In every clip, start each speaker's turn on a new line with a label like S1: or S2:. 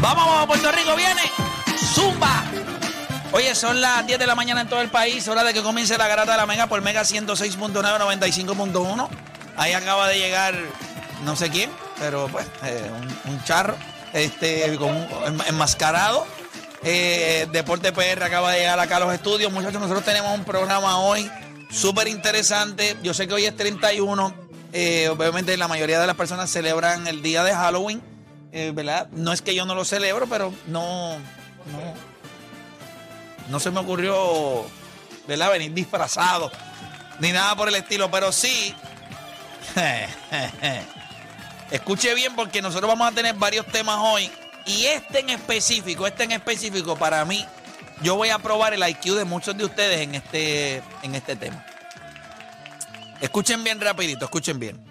S1: Vamos, vamos, Puerto Rico viene. Zumba. Oye, son las 10 de la mañana en todo el país, hora de que comience la garata de la Mega por Mega 106.9, 95.1. Ahí acaba de llegar no sé quién, pero pues eh, un, un charro este, con un- enma- enmascarado. Eh, Deporte PR acaba de llegar acá a los estudios. Muchachos, nosotros tenemos un programa hoy súper interesante. Yo sé que hoy es 31. eh, obviamente la mayoría de las personas celebran el día de Halloween, eh, ¿verdad? No es que yo no lo celebro, pero no, no, no se me ocurrió, ¿verdad? Venir disfrazado, ni nada por el estilo, pero sí. Escuche bien porque nosotros vamos a tener varios temas hoy. Y este en específico, este en específico para mí, yo voy a probar el IQ de muchos de ustedes en este, en este tema. Escuchen bien rapidito, escuchen bien.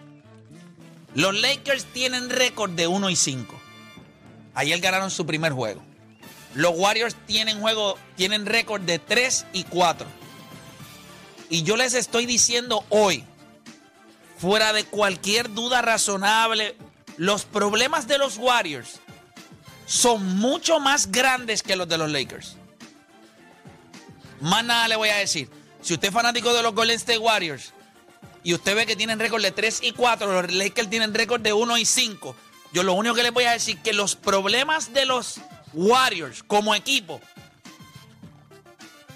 S1: Los Lakers tienen récord de 1 y 5. Ayer ganaron su primer juego. Los Warriors tienen juego, tienen récord de 3 y 4. Y yo les estoy diciendo hoy, fuera de cualquier duda razonable, los problemas de los Warriors son mucho más grandes que los de los Lakers. Más nada le voy a decir. Si usted es fanático de los Golden State Warriors y usted ve que tienen récord de 3 y 4, los Lakers tienen récord de 1 y 5, yo lo único que les voy a decir es que los problemas de los Warriors como equipo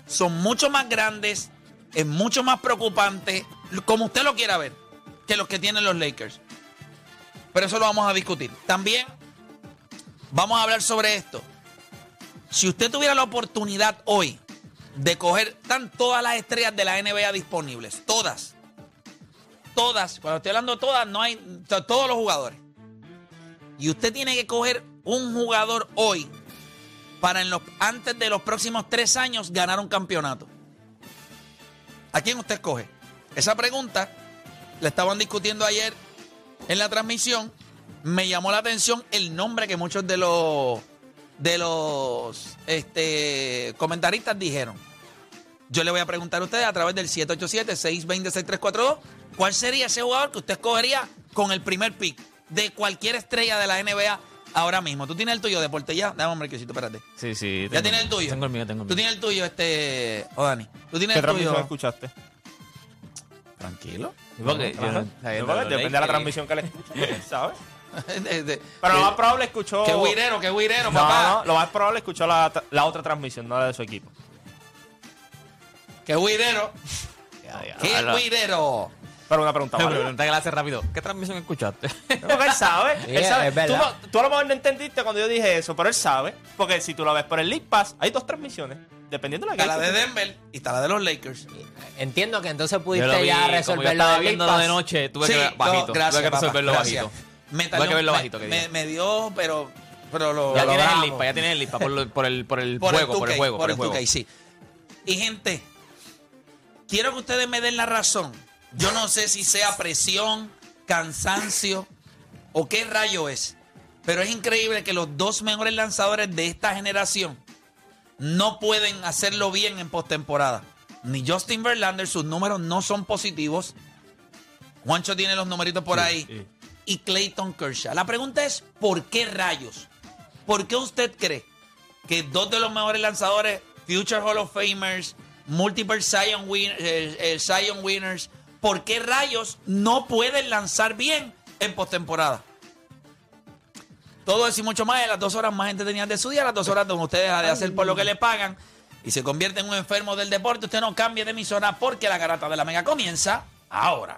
S1: son mucho más grandes, es mucho más preocupante, como usted lo quiera ver, que los que tienen los Lakers. Pero eso lo vamos a discutir. También vamos a hablar sobre esto. Si usted tuviera la oportunidad hoy de coger, están todas las estrellas de la NBA disponibles, todas. Todas, cuando estoy hablando de todas, no hay, o sea, todos los jugadores. Y usted tiene que coger un jugador hoy para en los, antes de los próximos tres años ganar un campeonato? ¿A quién usted escoge? Esa pregunta la estaban discutiendo ayer en la transmisión. Me llamó la atención el nombre que muchos de los de los este, comentaristas dijeron. Yo le voy a preguntar a ustedes a través del 787-620-6342 cuál sería ese jugador que usted escogería con el primer pick de cualquier estrella de la NBA ahora mismo. ¿Tú tienes el tuyo, Deporte, ya? Dame un requisito, espérate.
S2: Sí, sí.
S1: ¿Ya
S2: tengo-
S1: tienes el tuyo?
S2: Tengo el mío, tengo el
S1: Tú
S2: mío.
S1: tienes el tuyo, este. O Dani. Tú tienes
S3: ¿Qué
S1: el
S3: transmisión
S1: tuyo.
S3: escuchaste?
S1: Tranquilo.
S2: Sí, porque yo-
S3: Ajá.
S2: sabiendo
S3: No, porque
S2: los
S3: depende de la
S2: Lakers,
S3: transmisión que le escuches, ¿sabes?
S1: De- de-
S3: Pero lo
S1: de-
S3: más probable escuchó...
S1: Qué guirero, qué guirero,
S3: No,
S1: papá.
S3: no, lo más probable escuchó la, tra- la otra transmisión, no la de su equipo.
S1: Qué guirero. Qué
S2: habla.
S1: guirero.
S3: Pero una pregunta,
S2: Me
S3: ¿vale?
S2: pregunta que la hace rápido. ¿Qué transmisión escuchaste?
S3: Porque él sabe, él
S2: Yeah,
S3: sabe.
S2: es verdad.
S3: Tú, no- tú a lo mejor no entendiste cuando yo dije eso, pero él sabe. Porque si tú lo ves por el League Pass, hay dos transmisiones, dependiendo de la que
S1: Está la de
S3: escuches.
S1: Denver y está la de los Lakers.
S4: Entiendo que entonces
S2: Yo lo
S4: pudiste
S2: vi,
S4: ya
S2: como yo
S4: resolverlo
S2: estaba
S4: de
S2: viéndolo
S4: League
S2: de
S4: Pass.
S2: noche, tuve que
S1: Sí,
S2: ver bajito.
S1: no, gracias,
S2: tuve que
S1: papá,
S2: resolverlo
S1: gracias.
S2: bajito.
S1: Me,
S2: Tuve que verlo
S1: me-
S2: bajito, que
S1: me,
S2: diga.
S1: me dio, pero. Pero lo.
S2: Ya
S1: lo
S2: tienes el
S1: logramos.
S2: limpa, ya tienes el limpa por, lo- por el, por el
S1: Por
S2: juego,
S1: el
S2: por el
S1: 2K,
S2: juego, por el juego.
S1: 2K, sí. Y gente, quiero que ustedes me den la razón. Yo no sé si sea presión, cansancio o qué rayo es. Pero es increíble que los dos mejores lanzadores de esta generación no pueden hacerlo bien en postemporada. Ni Justin Verlander, sus números no son positivos. Juancho tiene los numeritos por ahí. Y Clayton Kershaw. La pregunta es, ¿por qué rayos? ¿Por qué usted cree que dos de los mejores lanzadores, Future Hall of Famers, Multiple Zion, win- eh, eh, Zion Winners, ¿por qué rayos no pueden lanzar bien en postemporada? Todo eso y mucho más en las dos horas más entretenidas de su día, las dos horas donde usted deja de hacer por lo que le pagan y se convierte en un enfermo del deporte. Usted no cambie de emisora porque la garata de la mega comienza ahora.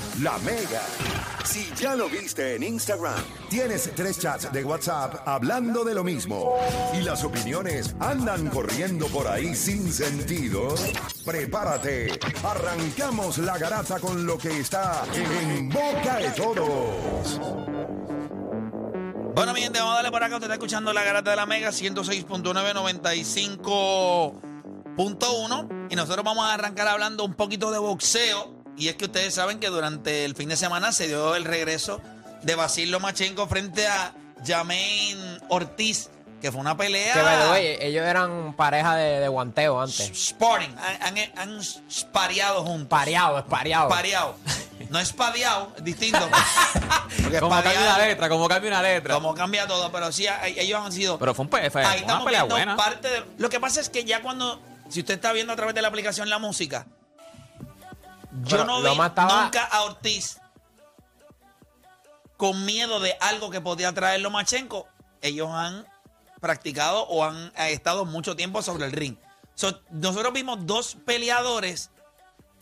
S5: La Mega. Si ya lo viste en Instagram, tienes tres chats de WhatsApp hablando de lo mismo y las opiniones andan corriendo por ahí sin sentido. Prepárate, arrancamos la garata con lo que está en boca de todos.
S1: Bueno, mi gente, vamos a darle por acá. Usted está escuchando la garata de la Mega 106.995.1. Y nosotros vamos a arrancar hablando un poquito de boxeo. Y es que ustedes saben que durante el fin de semana se dio el regreso de Basil Lomachenko frente a Jamain Ortiz que fue una pelea.
S4: Que, by the way, este. ellos eran pareja de, de guanteo antes.
S1: Sporting. Han, han, han spareado juntos.
S4: Pareado, es pareado.
S1: Pareado. No es padeado, es distinto. Porque
S2: Como cambia
S1: espadeado-
S2: una letra, como cambia una letra.
S1: Como cambia todo, pero sí, hay- ellos han sido.
S2: Pero fue un PF,
S1: ahí
S2: fue una
S1: estamos
S2: pelea
S1: viendo
S2: buena.
S1: parte de. Lo que pasa es que ya cuando. Si usted está viendo a través de la aplicación la música, yo
S4: Pero
S1: no vi
S4: Loma estaba-
S1: nunca a Ortiz con miedo de algo que podía traer Lomachenko. Ellos han practicado o han eh, estado mucho tiempo sobre el ring. So, nosotros vimos dos peleadores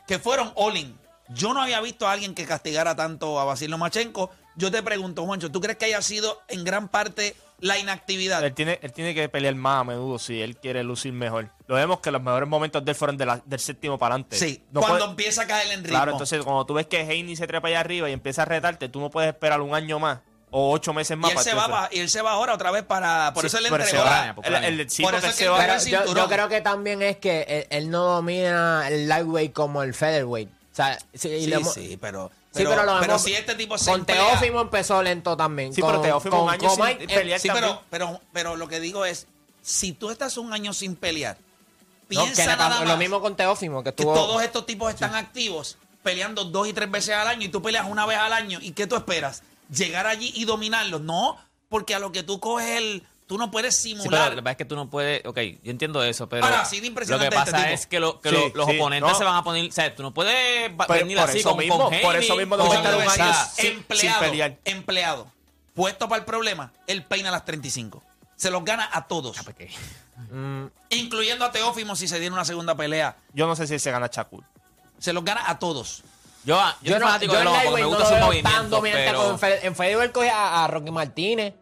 S1: que fueron all-in. Yo no había visto a alguien que castigara tanto a Basil Lomachenko. Yo te pregunto, Juancho, ¿tú crees que haya sido en gran parte la inactividad?
S3: Él tiene, él tiene que pelear más a menudo si él quiere lucir mejor. Lo vemos que los mejores momentos de él fueron de la- del séptimo para adelante.
S1: Sí,
S3: No
S1: Este, cuando
S3: puede-
S1: empieza a caer en ritmo.
S3: Claro, entonces cuando tú ves que Heini se trepa allá arriba y empieza a retarte, tú no puedes esperar un año más o ocho meses
S1: y
S3: más.
S1: él,
S3: para
S1: se
S3: tú
S1: va,
S3: hacer-
S1: pa- y él se va ahora otra vez para... Por
S3: Sí,
S1: eso le
S3: pero se
S1: entregó.
S3: va.
S2: la-
S3: El- el- el- sí,
S1: Por
S3: porque
S1: eso es
S3: se
S1: que
S3: va.
S1: entregó
S4: Pero
S1: el
S4: yo, yo
S1: cinturón.
S4: creo que también es que él, él no domina el lightweight como el featherweight. O sea, sí, y
S1: Sí,
S4: lo hemos-
S1: sí, pero...
S4: sí, pero, lo hemos-
S1: si este tipo se
S4: Con
S1: emplea-
S4: Teófimo empezó lento también.
S3: Sí, pero
S4: Con-
S3: Teófimo
S4: con
S3: un año sin
S4: Comay, eh,
S3: pelear
S1: Sí,
S3: también.
S1: pero, pero, pero lo que digo es, si tú estás un año sin pelear,
S4: no, que
S1: piensa
S4: nada
S1: nada
S4: más-
S1: más...
S4: Lo mismo con Teófimo, que
S1: que
S4: estuvo...
S1: todos estos tipos están activos peleando dos y tres veces al año y tú peleas una vez al año. ¿Y qué tú esperas? ¿Llegar allí y dominarlos? No, porque a lo que tú coges el... Tú no puedes
S2: Sí, pero la
S1: simular.
S2: verdad es que tú no puedes. Ok, yo entiendo eso, pero.
S1: Ahora, sí, de
S2: lo
S1: impresionante
S2: que
S1: este
S2: pasa
S1: tipo.
S2: es que, lo- que
S3: Sí,
S2: lo- los
S3: sí,
S2: oponentes
S3: no.
S2: se van a poner. O sea, tú no puedes va-
S3: Pero
S2: venir
S3: por
S2: así
S3: eso
S2: con,
S3: mismo,
S2: con
S3: por
S2: Haney,
S3: eso mismo
S2: con-
S3: no
S1: Con
S3: estar un
S1: Andrés
S3: año
S1: Sánchez,
S3: sin- sin
S1: empleado,
S3: pelear.
S1: empleado, puesto para el problema, él peina las 35. Se los gana a todos,
S2: Ah, pues, ¿qué?
S4: Mm.
S1: incluyendo a Teófimo si se diera una segunda pelea.
S3: Yo no sé si él se gana a Shakur.
S1: Se los gana a todos.
S2: Yo, yo,
S4: Yo,
S2: soy
S4: no,
S2: fanático
S4: yo
S2: de
S4: en
S2: Loma porque
S4: lightweight
S2: me
S4: no
S2: gusta
S4: lo
S2: su
S4: veo tan
S2: movimiento.
S4: dominante como
S2: Pero,
S4: en Fe- en featherweight coge a, a Rocky Martínez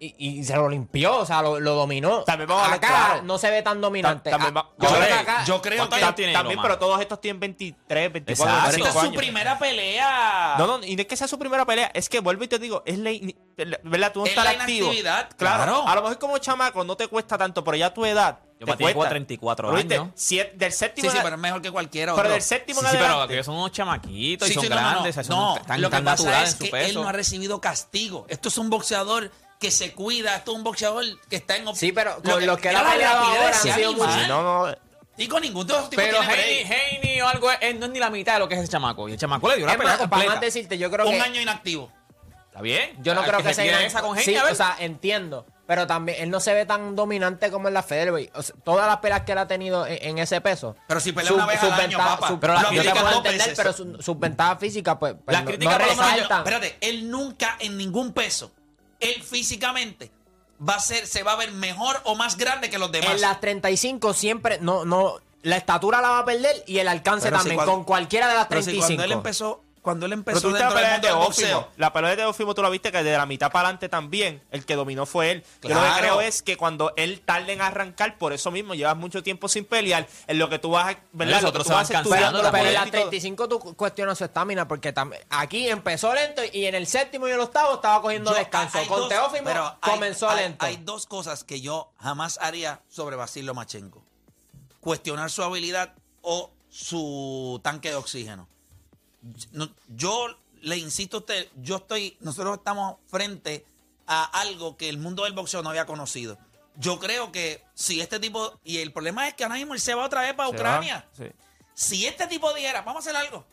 S4: y, y se lo limpió, o sea, lo, lo dominó.
S3: También vamos a hablar
S4: Acá
S3: claro.
S4: no se ve tan dominante.
S3: también
S4: Ah,
S3: va- yo
S4: yo creo que
S3: creo-
S4: acá-
S1: yo creo
S2: ¿Cuántos
S1: que
S2: años tiene
S3: También,
S2: Loma?
S3: pero todos estos tienen 23, 24,
S2: Exacto.
S1: esta es
S3: 25
S1: su
S3: años.
S1: primera pelea.
S3: No, no, y no es que sea su primera pelea, es que vuelvo y te digo, es la, in- la- ¿verdad? Tú no
S1: Es
S3: estás
S1: la
S3: activo.
S1: inactividad, claro.
S3: A lo mejor como chamaco no te cuesta tanto, pero ya a tu edad.
S2: Yo
S3: te
S2: Matías llevo
S3: cuesta.
S2: 34
S3: Pero, ¿viste?
S2: años.
S3: Si es del
S1: sí,
S3: séptimo.
S1: sí,
S3: en-
S1: pero es mejor que cualquiera.
S3: pero
S1: otro.
S3: del séptimo
S2: sí,
S3: en
S2: sí, pero
S3: adelante.
S2: que son unos chamaquitos
S1: Sí,
S2: y son
S1: sí, no, no, no.
S2: grandes, o sea, son
S1: No,
S2: tan,
S1: lo que
S2: tan
S1: pasa
S2: naturales
S1: es
S2: en su
S1: que él
S2: peso.
S1: no ha recibido castigo. Esto es un boxeador que se cuida, esto es un boxeador que está en... op-
S4: Sí, pero
S1: Lo
S4: con los que él
S1: mira
S4: ha
S1: la
S4: peleado
S1: rapidez
S4: ahora han
S1: de ese
S4: sido
S1: animal.
S4: mucho-
S3: Sí, no, no.
S1: Y con ninguno de los tipos
S2: Pero
S1: tiene
S2: Haney,
S1: break.
S2: Haney o algo, él no es ni la mitad de lo que es ese chamaco. Y el chamaco le dio una
S4: Es
S2: pelea
S4: más, para
S2: completa.
S4: más decirte, yo creo
S1: un
S4: que...
S1: año inactivo.
S2: Está bien.
S4: Yo no
S2: Ah,
S4: creo que,
S2: se
S4: sea
S2: tire esa con Haney,
S4: sí,
S2: a ver.
S4: o sea, entiendo. Pero también él no se ve tan dominante como en la featherweight. O sea, todas las peleas que él ha tenido en, en ese peso.
S1: Pero si pelea una vez al año,
S4: ventaja-
S1: papá.
S4: su-
S1: Pero
S2: la-
S4: lo
S2: yo te
S4: que puedo
S1: puedo
S4: entender,
S1: pensar
S4: pero
S1: eso.
S4: su- sus ventajas físicas, pues, pues
S2: Las
S4: no,
S2: críticas
S4: no
S2: por lo menos yo-
S4: resaltan.
S1: Espérate, él nunca en ningún peso, él físicamente va a ser, se va a ver mejor o más grande que los demás.
S4: En las 35 siempre no, no, la estatura la va a perder y el alcance
S1: Pero si
S4: también,
S1: cuando-
S4: con cualquiera de las
S1: Pero si
S4: 35.
S1: cuando él empezó, cuando él
S3: Pero
S1: empezó
S3: tú viste
S1: dentro
S3: la
S1: del
S3: pelea de
S1: mundo del
S3: Teófimo.
S1: boxeo.
S3: La pelea de Teófimo tú la viste que de la mitad para adelante también. El que dominó fue él. Yo lo
S1: Claro.
S3: que creo es que cuando él tarda en arrancar, por eso mismo llevas mucho tiempo sin pelear, en lo que tú vas a. ¿Verdad?
S2: Los
S3: Lo que
S2: otros
S3: tú
S2: se van
S3: vas a
S4: pero,
S2: cansando,
S3: estudiando,
S4: pero
S3: la
S4: en
S3: pelea
S4: las
S3: y todo.
S4: 35 tú cu- cuestionas su estamina porque tam- aquí empezó lento y en el séptimo y el octavo estaba cogiendo
S1: Yo-
S4: descanso.
S1: hay
S4: Con
S1: dos-
S4: Teófimo
S1: pero hay-
S4: comenzó
S1: hay-
S4: lento.
S1: Hay dos cosas que yo jamás haría sobre Basil Lomachenko. Cuestionar su habilidad o su tanque de oxígeno. No, yo le insisto a usted, yo estoy, nosotros estamos frente a algo que el mundo del boxeo no había conocido. Yo creo que si este tipo, y el problema es que ahora mismo él se va otra vez para
S3: Se va,
S1: Ucrania.
S3: sí.
S1: Si este tipo dijera, vamos a hacer algo,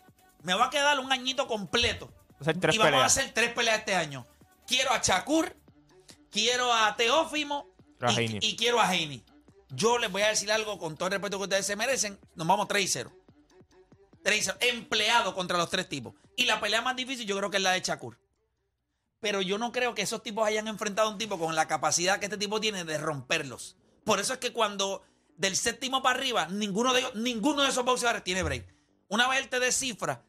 S1: me va a quedar un añito completo.
S3: Hacer tres
S1: y vamos
S3: peleas.
S1: a hacer tres peleas este año. Quiero a Shakur, quiero a Teófimo
S3: Quiero a
S1: y-
S3: Haney.
S1: y, quiero a Haney. Yo les voy a decir algo con todo el respeto que ustedes se merecen. Nos vamos 3 y 0. 3 y 0. Empleado contra los tres tipos. Y la pelea más difícil yo creo que es la de Shakur. Pero yo no creo que esos tipos hayan enfrentado a un tipo con la capacidad que este tipo tiene de romperlos. Por eso es que cuando del séptimo para arriba, ninguno de ellos, ninguno de esos boxeadores tiene break. Una vez él te descifra,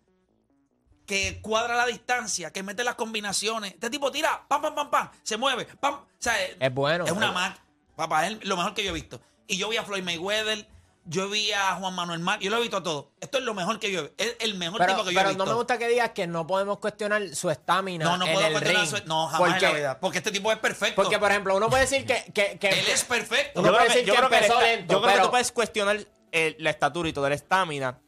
S1: que cuadra la distancia, que mete las combinaciones. Este tipo tira, pam, pam, pam, pam, se mueve, pam. O sea,
S4: Es bueno. Eh,
S1: Es una máquina. Papá, es lo mejor que yo he visto. Y yo vi a Floyd Mayweather, yo vi a Juan Manuel Mar, yo lo he visto a todo. Esto es lo mejor que yo he visto. Es el mejor
S4: pero
S1: tipo que yo
S4: pero
S1: he visto.
S4: no me gusta que digas que no podemos cuestionar su estamina.
S1: No, no
S4: en
S1: puedo
S4: el
S1: cuestionar
S4: ring,
S1: su- No, jamás
S4: porque,
S1: en la vida. Porque este tipo es perfecto.
S4: Porque, por ejemplo, uno puede decir que. que, que-
S1: Él es perfecto.
S4: Uno
S3: Yo
S4: puede
S3: creo que-
S4: decir
S3: yo
S4: que
S3: creo que él
S4: empezó
S3: está-
S4: lento,
S3: Yo creo que
S4: pero-
S3: tú puedes cuestionar eh, la estatura y toda la estamina.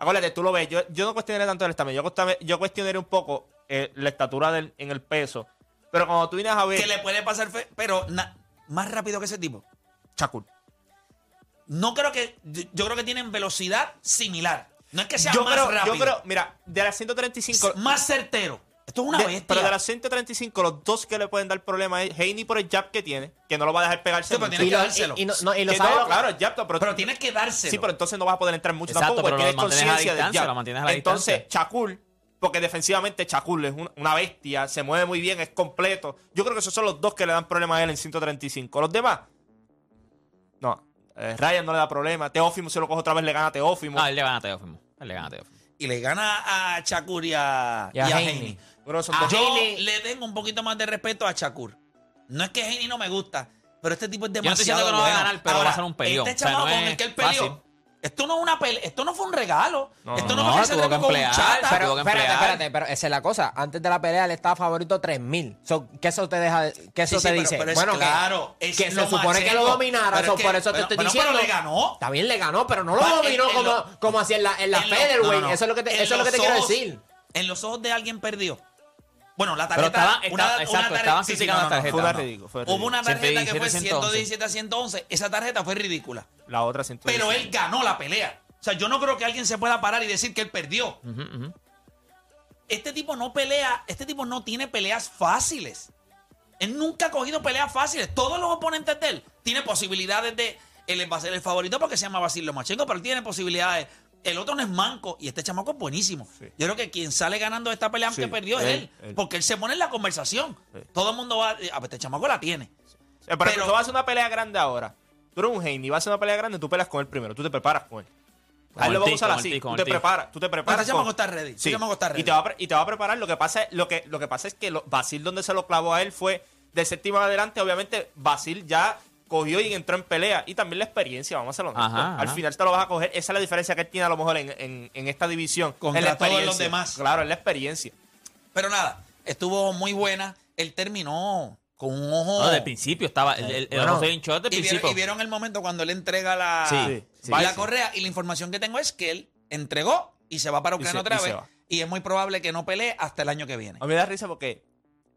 S3: Acuérdate, tú lo ves. Yo, yo no cuestionaré tanto la estamina. Yo, costame- yo cuestionaré un poco eh, la estatura del- en el peso. Pero cuando tú vienes a ver.
S1: que le puede pasar, fe- pero na- más rápido que ese tipo.
S3: Shakur.
S1: No creo que. Yo, yo creo que tienen velocidad similar. No es que sea
S3: Yo
S1: más
S3: creo,
S1: rápido.
S3: yo creo, mira, de las 135.
S1: más certero. Esto es una
S3: de-
S1: bestia.
S3: pero de las 135, los dos que le pueden dar problema es Haney por el jab que tiene, que no lo va a dejar pegarse.
S1: Sí, pero
S3: mucho.
S1: tiene
S4: Y,
S1: que
S4: lo,
S1: dárselo.
S4: y- y no, no, y lo
S3: Que
S4: sabe
S3: no,
S4: lo-
S3: claro, el jab, no, pero,
S1: pero tienes que dárselo.
S3: Sí, pero entonces no vas a poder entrar mucho
S2: Exacto,
S3: tampoco
S2: pero
S3: porque tienes
S2: lo mantienes a
S3: conciencia del
S2: distancia,
S3: jab.
S2: lo mantienes a la
S3: Entonces,
S2: distancia.
S3: Chacul, porque defensivamente Chacul es un- una bestia, se mueve muy bien, es completo. Yo creo que esos son los dos que le dan problema a él en 135. Los demás, no. Eh, Ryan no le da problema. Teófimo, si lo coge otra vez, le gana a Teófimo.
S2: No, él le gana a Teófimo. Él le gana a Teófimo.
S1: y le gana a Shakur y a,
S4: Y a
S1: y a
S4: Haney.
S1: Haney.
S3: Pero esos
S1: A
S3: dos-
S1: yo
S4: Haney-
S1: le tengo un poquito más de respeto a Shakur. No es que Haney no me gusta, pero este tipo es
S2: no estoy
S1: demasiado
S2: diciendo que no va a
S1: bueno.
S2: ganar, pero va a ser un peleón.
S1: Este
S2: O sea,
S1: chamaco
S2: no
S1: con
S2: es
S1: el que él
S2: fácil.
S1: peleó. Esto no, es una pele- esto no fue un regalo.
S3: No,
S1: esto
S2: no,
S1: no, fue que se
S2: tuvo que
S1: trepó con un
S2: emplear,
S1: chata.
S2: se tuvo
S4: Pero,
S2: que
S4: espérate,
S2: emplear.
S4: espérate, pero esa es la cosa. Antes de la pelea le estaba favorito 3.000. So, ¿Qué eso te deja? de- ¿Qué
S1: Sí,
S4: eso
S1: sí,
S4: te
S1: pero-
S4: dice?
S1: pero es
S4: bueno, que-
S1: claro,
S4: que,
S1: es
S4: se
S1: lo
S4: supone que lo
S1: macheco.
S4: dominara.
S1: Pero
S4: so,
S1: es que-
S4: por eso te
S1: bueno,
S4: estoy
S1: bueno, pero
S4: diciendo.
S1: le ganó.
S4: También le ganó, pero no lo
S1: Va, en-
S4: dominó
S1: en
S4: como,
S1: lo-
S4: como así en la, en la
S1: En lo-
S4: featherweight.
S1: no, no, no.
S4: Eso es lo que te,
S1: En
S4: eso es lo que te
S1: los
S4: quiero
S1: ojos-
S4: decir.
S1: En los ojos de alguien perdió. Bueno, la
S2: Pero
S1: tarjeta.
S2: estaba- estaba- exacto, estaban criticando la tarjeta,
S3: Fue una ridícula, fue
S1: Hubo una tarjeta que fue
S2: 117,
S1: 117 a 111. Esa tarjeta fue ridícula.
S3: La otra 135.
S1: Pero él ganó la pelea. O sea, yo no creo que alguien se pueda parar y decir que él perdió. Este tipo no pelea, este tipo no tiene peleas fáciles. Él nunca ha cogido peleas fáciles. Todos los oponentes de él tienen posibilidades de. Él va a ser el favorito porque se llama Basilio Machenko, pero él tiene posibilidades. El otro no es manco y este chamaco es buenísimo.
S3: Sí.
S1: Yo creo que quien sale ganando de esta pelea, aunque
S3: Sí,
S1: perdió, es
S3: él,
S1: él,
S3: él.
S1: Porque él se pone en la conversación.
S3: Sí.
S1: Todo el mundo va. "Ah, pues este chamaco la tiene.
S3: Eh, Pero,
S1: Pero-
S3: tú vas a hacer una pelea grande ahora. Tú eres un Haney, vas a hacer una pelea grande, tú peleas con él primero, tú te preparas con él.
S2: Como
S3: A él lo
S2: el
S3: vamos a
S2: Tico,
S3: usar
S2: como el
S3: así,
S2: Tico,
S3: tú
S2: como
S3: te
S2: el Tico.
S3: preparas, tú te preparas.
S1: ese
S3: con-
S1: chamaco está ready, ese chamaco está ready.
S3: Y te va a, pre- y te va a preparar, lo que pasa es, lo que, lo que pasa es que lo- Basil donde se lo clavó a él fue de séptima en adelante, obviamente Basil ya cogió y entró en pelea y también la experiencia, vamos a hacerlo.
S2: Ajá,
S3: Al
S2: ajá.
S3: final te lo vas a coger, esa es la diferencia que él tiene a lo mejor en, en- en esta división.
S1: Contra
S3: en la
S1: todos los
S3: experiencia.
S1: demás.
S3: Claro, es la experiencia.
S1: Pero nada, estuvo muy buena. Él terminó con un ojo.
S2: No, desde el principio estaba. El, el, el
S4: Bueno,
S2: ojo se hinchó desde el
S1: y,
S2: principio.
S1: vieron, y vieron el momento cuando él entrega la,
S2: Sí, sí,
S1: la
S2: sí.
S1: correa. Y la información que tengo es que él entregó y se va para Ucrania
S3: se-
S1: otra
S3: y se
S1: vez.
S3: va.
S1: Y es muy probable que no pelee hasta el año que viene.
S3: A mí me da risa porque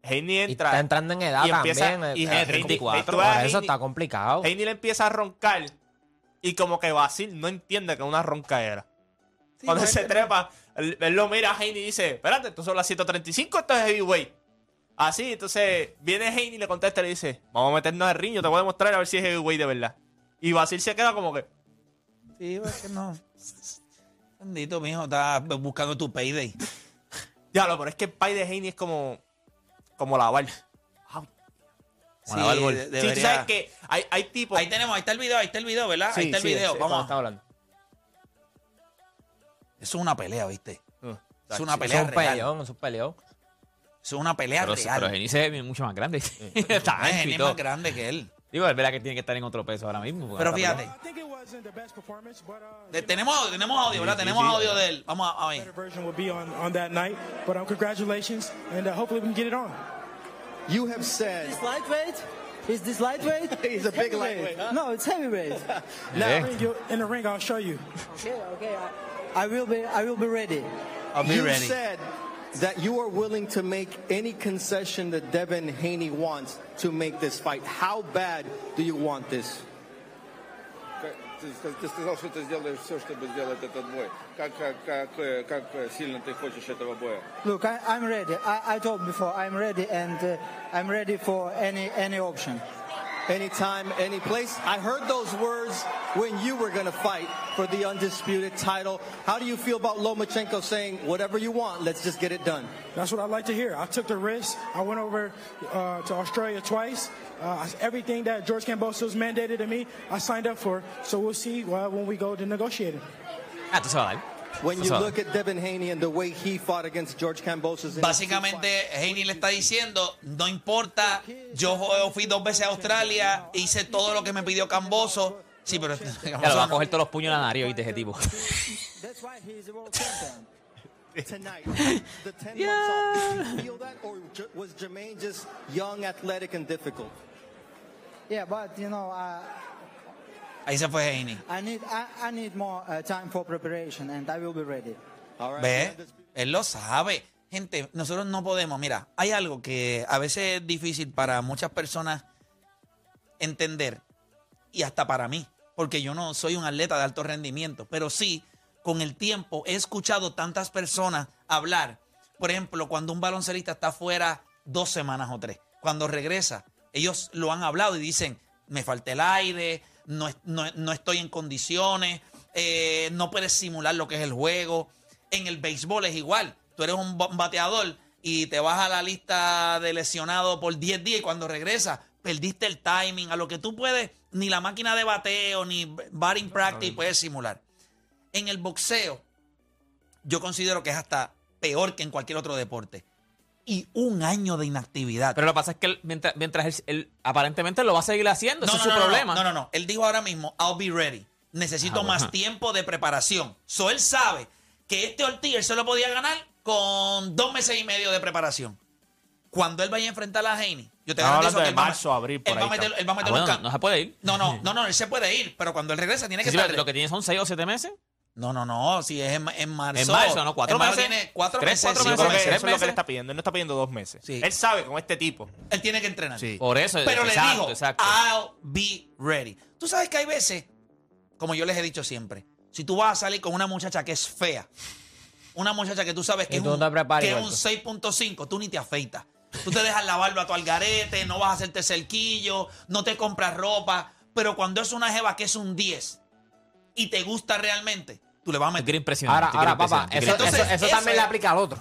S3: Haney
S4: Y
S3: entra
S4: está entrando en edad
S3: y empieza-
S4: también.
S3: y
S4: eh,
S3: Henry-
S4: eh,
S2: Henry- 34.
S3: tú
S4: por
S3: ves a
S4: eso
S3: Haney-
S4: está complicado.
S3: Heini le empieza a roncar y como que Basil no entiende que es una roncaera. Cuando él se trepa, él, él lo mira a Heini y dice, espérate, esto son las 135, esto es heavyweight. Así, entonces viene Heini y le contesta y le dice, vamos a meternos al ring, yo te voy a demostrar a ver si es heavyweight de verdad. Y Basil se queda como que,
S1: Sí, porque no. Bendito, mijo, estás buscando tu payday.
S3: diablo, pero es que el pay de Heini es como, como la bala.
S1: Sí,
S2: Bueno, va el gol.
S1: de-
S3: Sí, tú
S1: debería-
S3: sabes que hay, hay tipos...
S1: Ahí tenemos, ahí está el video, ahí está el video, ¿verdad?
S3: Sí,
S1: ahí está el
S3: sí,
S1: video.
S3: sí,
S1: Vamos.
S3: estamos hablando.
S1: Eso es una pelea, ¿viste?
S3: Uh,
S1: Es una
S4: Eso es
S1: pelea
S4: un
S1: real.
S4: peleón, eso es un peleón.
S1: Eso es una pelea
S2: pero,
S1: real.
S2: pero Geni se ve mucho más grande. Está
S1: Ah,
S2: ancho
S1: Jenny
S2: y
S1: es
S2: todo.
S1: más grande que él.
S2: Digo, es verdad que tiene que estar en otro peso ahora mismo. porque
S1: Pero
S2: está
S1: fíjate,
S2: peleando.
S6: I think it wasn't the best performance, but uh,
S1: De- tenemos audio, tenemos audio, ¿verdad? Tenemos audio de él. Vamos a, a
S6: the
S1: ver.
S6: version will be on, on that night. But um, congratulations, and uh, hopefully we can get it on.
S7: You have said
S8: This lightweight? Is this lightweight?
S7: He's a big lightweight, huh?
S8: No, it's heavyweight.
S2: Eh,
S6: In the ring, you'll- in the ring, I'll show you.
S8: okay, okay. I, I will be. I will be ready.
S1: I'll be
S7: you
S1: ready.
S7: said that you are willing to make any concession that Devin Haney wants to make this fight. How bad do you want this?
S9: Как- Ты, ска- ты сказал, что ты сделаешь все, чтобы сделать этот бой. Как, как, как, э, как э, sильно ты хочешь этого боя?
S8: Look, I, I'm ready. I, I told before. I'm ready, and uh, I'm ready for any any option.
S7: Anytime, any place. I heard those words when you were going to fight for the undisputed title. How do you feel about Lomachenko saying, whatever you want, let's just get it done?
S6: That's what I like to hear. I took the risk. I went over uh, to Australia twice. Uh, everything that George Cambosos mandated to me, I signed up for. So we'll see uh, when we go to negotiating.
S2: Ah, tú se va a dar.
S7: When
S2: Tú
S7: you
S2: se va a dar.
S7: look at Devin Haney and the way he fought against George Cambosos. in his two
S1: Básicamente, Haney le está diciendo, no importa, yo jo- fui dos veces a Australia, hice todo lo que me pidió Camboso. Sí, pero
S2: Claro, va a
S1: Camboso no.
S2: coger todos los puños en la nariz hoy de ese tipo.
S8: That's why he is a world champion.
S7: tonight. The 10 months off, did you feel that, or J- was Jermaine just young, athletic, and difficult?
S8: Yeah, but you know, I
S1: ahí se fue Haney.
S8: I need I, I need more uh, time for preparation, and I will be ready.
S7: All right.
S1: ¿Ve? Él lo sabe. Gente, nosotros no podemos. Mira, hay algo que a veces es difícil para muchas personas entender y hasta para mí, porque yo no soy un atleta de alto rendimiento, pero sí, con el tiempo he escuchado tantas personas hablar. Por ejemplo, cuando un baloncelista está fuera dos semanas o tres, cuando regresa, ellos lo han hablado y dicen, me falta el aire, no, es- no- no estoy en condiciones, eh, no puedes simular lo que es el juego. En el béisbol es igual, tú eres un ba- un bateador y te vas a la lista de lesionado por 10 días y cuando regresas perdiste el timing, a lo que tú puedes, ni la máquina de bateo, ni batting practice puedes simular. En el boxeo, yo considero que es hasta peor que en cualquier otro deporte. Y un año de inactividad.
S2: Pero lo que pasa es que él, mientras, mientras él, él aparentemente lo va a seguir haciendo, Pues ese es su
S1: no,
S2: problema.
S1: No, no, no. Él dijo ahora mismo, I'll be ready. Necesito
S2: Ah, bueno.
S1: más tiempo de preparación. So él sabe que este Ortiz él se lo podía ganar con dos meses y medio de preparación. Cuando él vaya a enfrentar a Haney, yo te
S3: Estamos
S1: garantizo
S3: hablando
S1: que
S3: de
S1: él va a-
S3: marzo, abril, por
S1: él va a
S3: ahí
S1: meter,
S3: está.
S1: él va a meter
S2: Ah,
S1: un
S2: bueno,
S1: cam-
S2: no se puede ir.
S1: no, no, no, no, él se puede ir, pero cuando él regresa tiene que
S2: Sí, sí,
S1: estar.
S2: pero lo que tiene son 6 o 7 meses.
S1: No, no, no, si es en, en marzo.
S2: En marzo, ¿no? Cuatro
S1: En marzo
S2: meses.
S1: tiene cuatro
S2: Tres,
S1: meses.
S2: cuatro
S1: sí,
S3: Yo
S2: meses.
S1: cuatro
S3: creo
S1: meses.
S3: que eso es lo que
S2: meses.
S3: él está pidiendo. Él no está pidiendo dos meses.
S1: Sí.
S3: Él sabe con este tipo.
S1: Él tiene que entrenar.
S3: Sí.
S2: Por eso.
S1: Pero
S2: exacto,
S1: le dijo, ah.
S2: exacto.
S1: I'll be ready. Tú sabes que hay veces, como yo les he dicho siempre, si tú vas a salir con una muchacha que es fea, una muchacha que tú sabes que
S4: Y
S1: es
S4: tú
S1: un,
S4: no te preparas
S1: que es un
S4: igual tú.
S1: 6.5, tú ni te afeitas. Tú te dejas la barba a tu algarete, no vas a hacerte cerquillo, no te compras ropa. Pero cuando es una jeva que es un 10 y te gusta realmente, tú le vas a
S2: Te quiere
S1: meter.
S2: impresionar.
S4: Ahora,
S2: te quiere
S4: ahora papá,
S2: impresionar, te
S4: eso,
S2: quiere
S1: Entonces,
S4: eso, eso
S1: eso
S4: también
S1: es-
S4: le aplica al otro.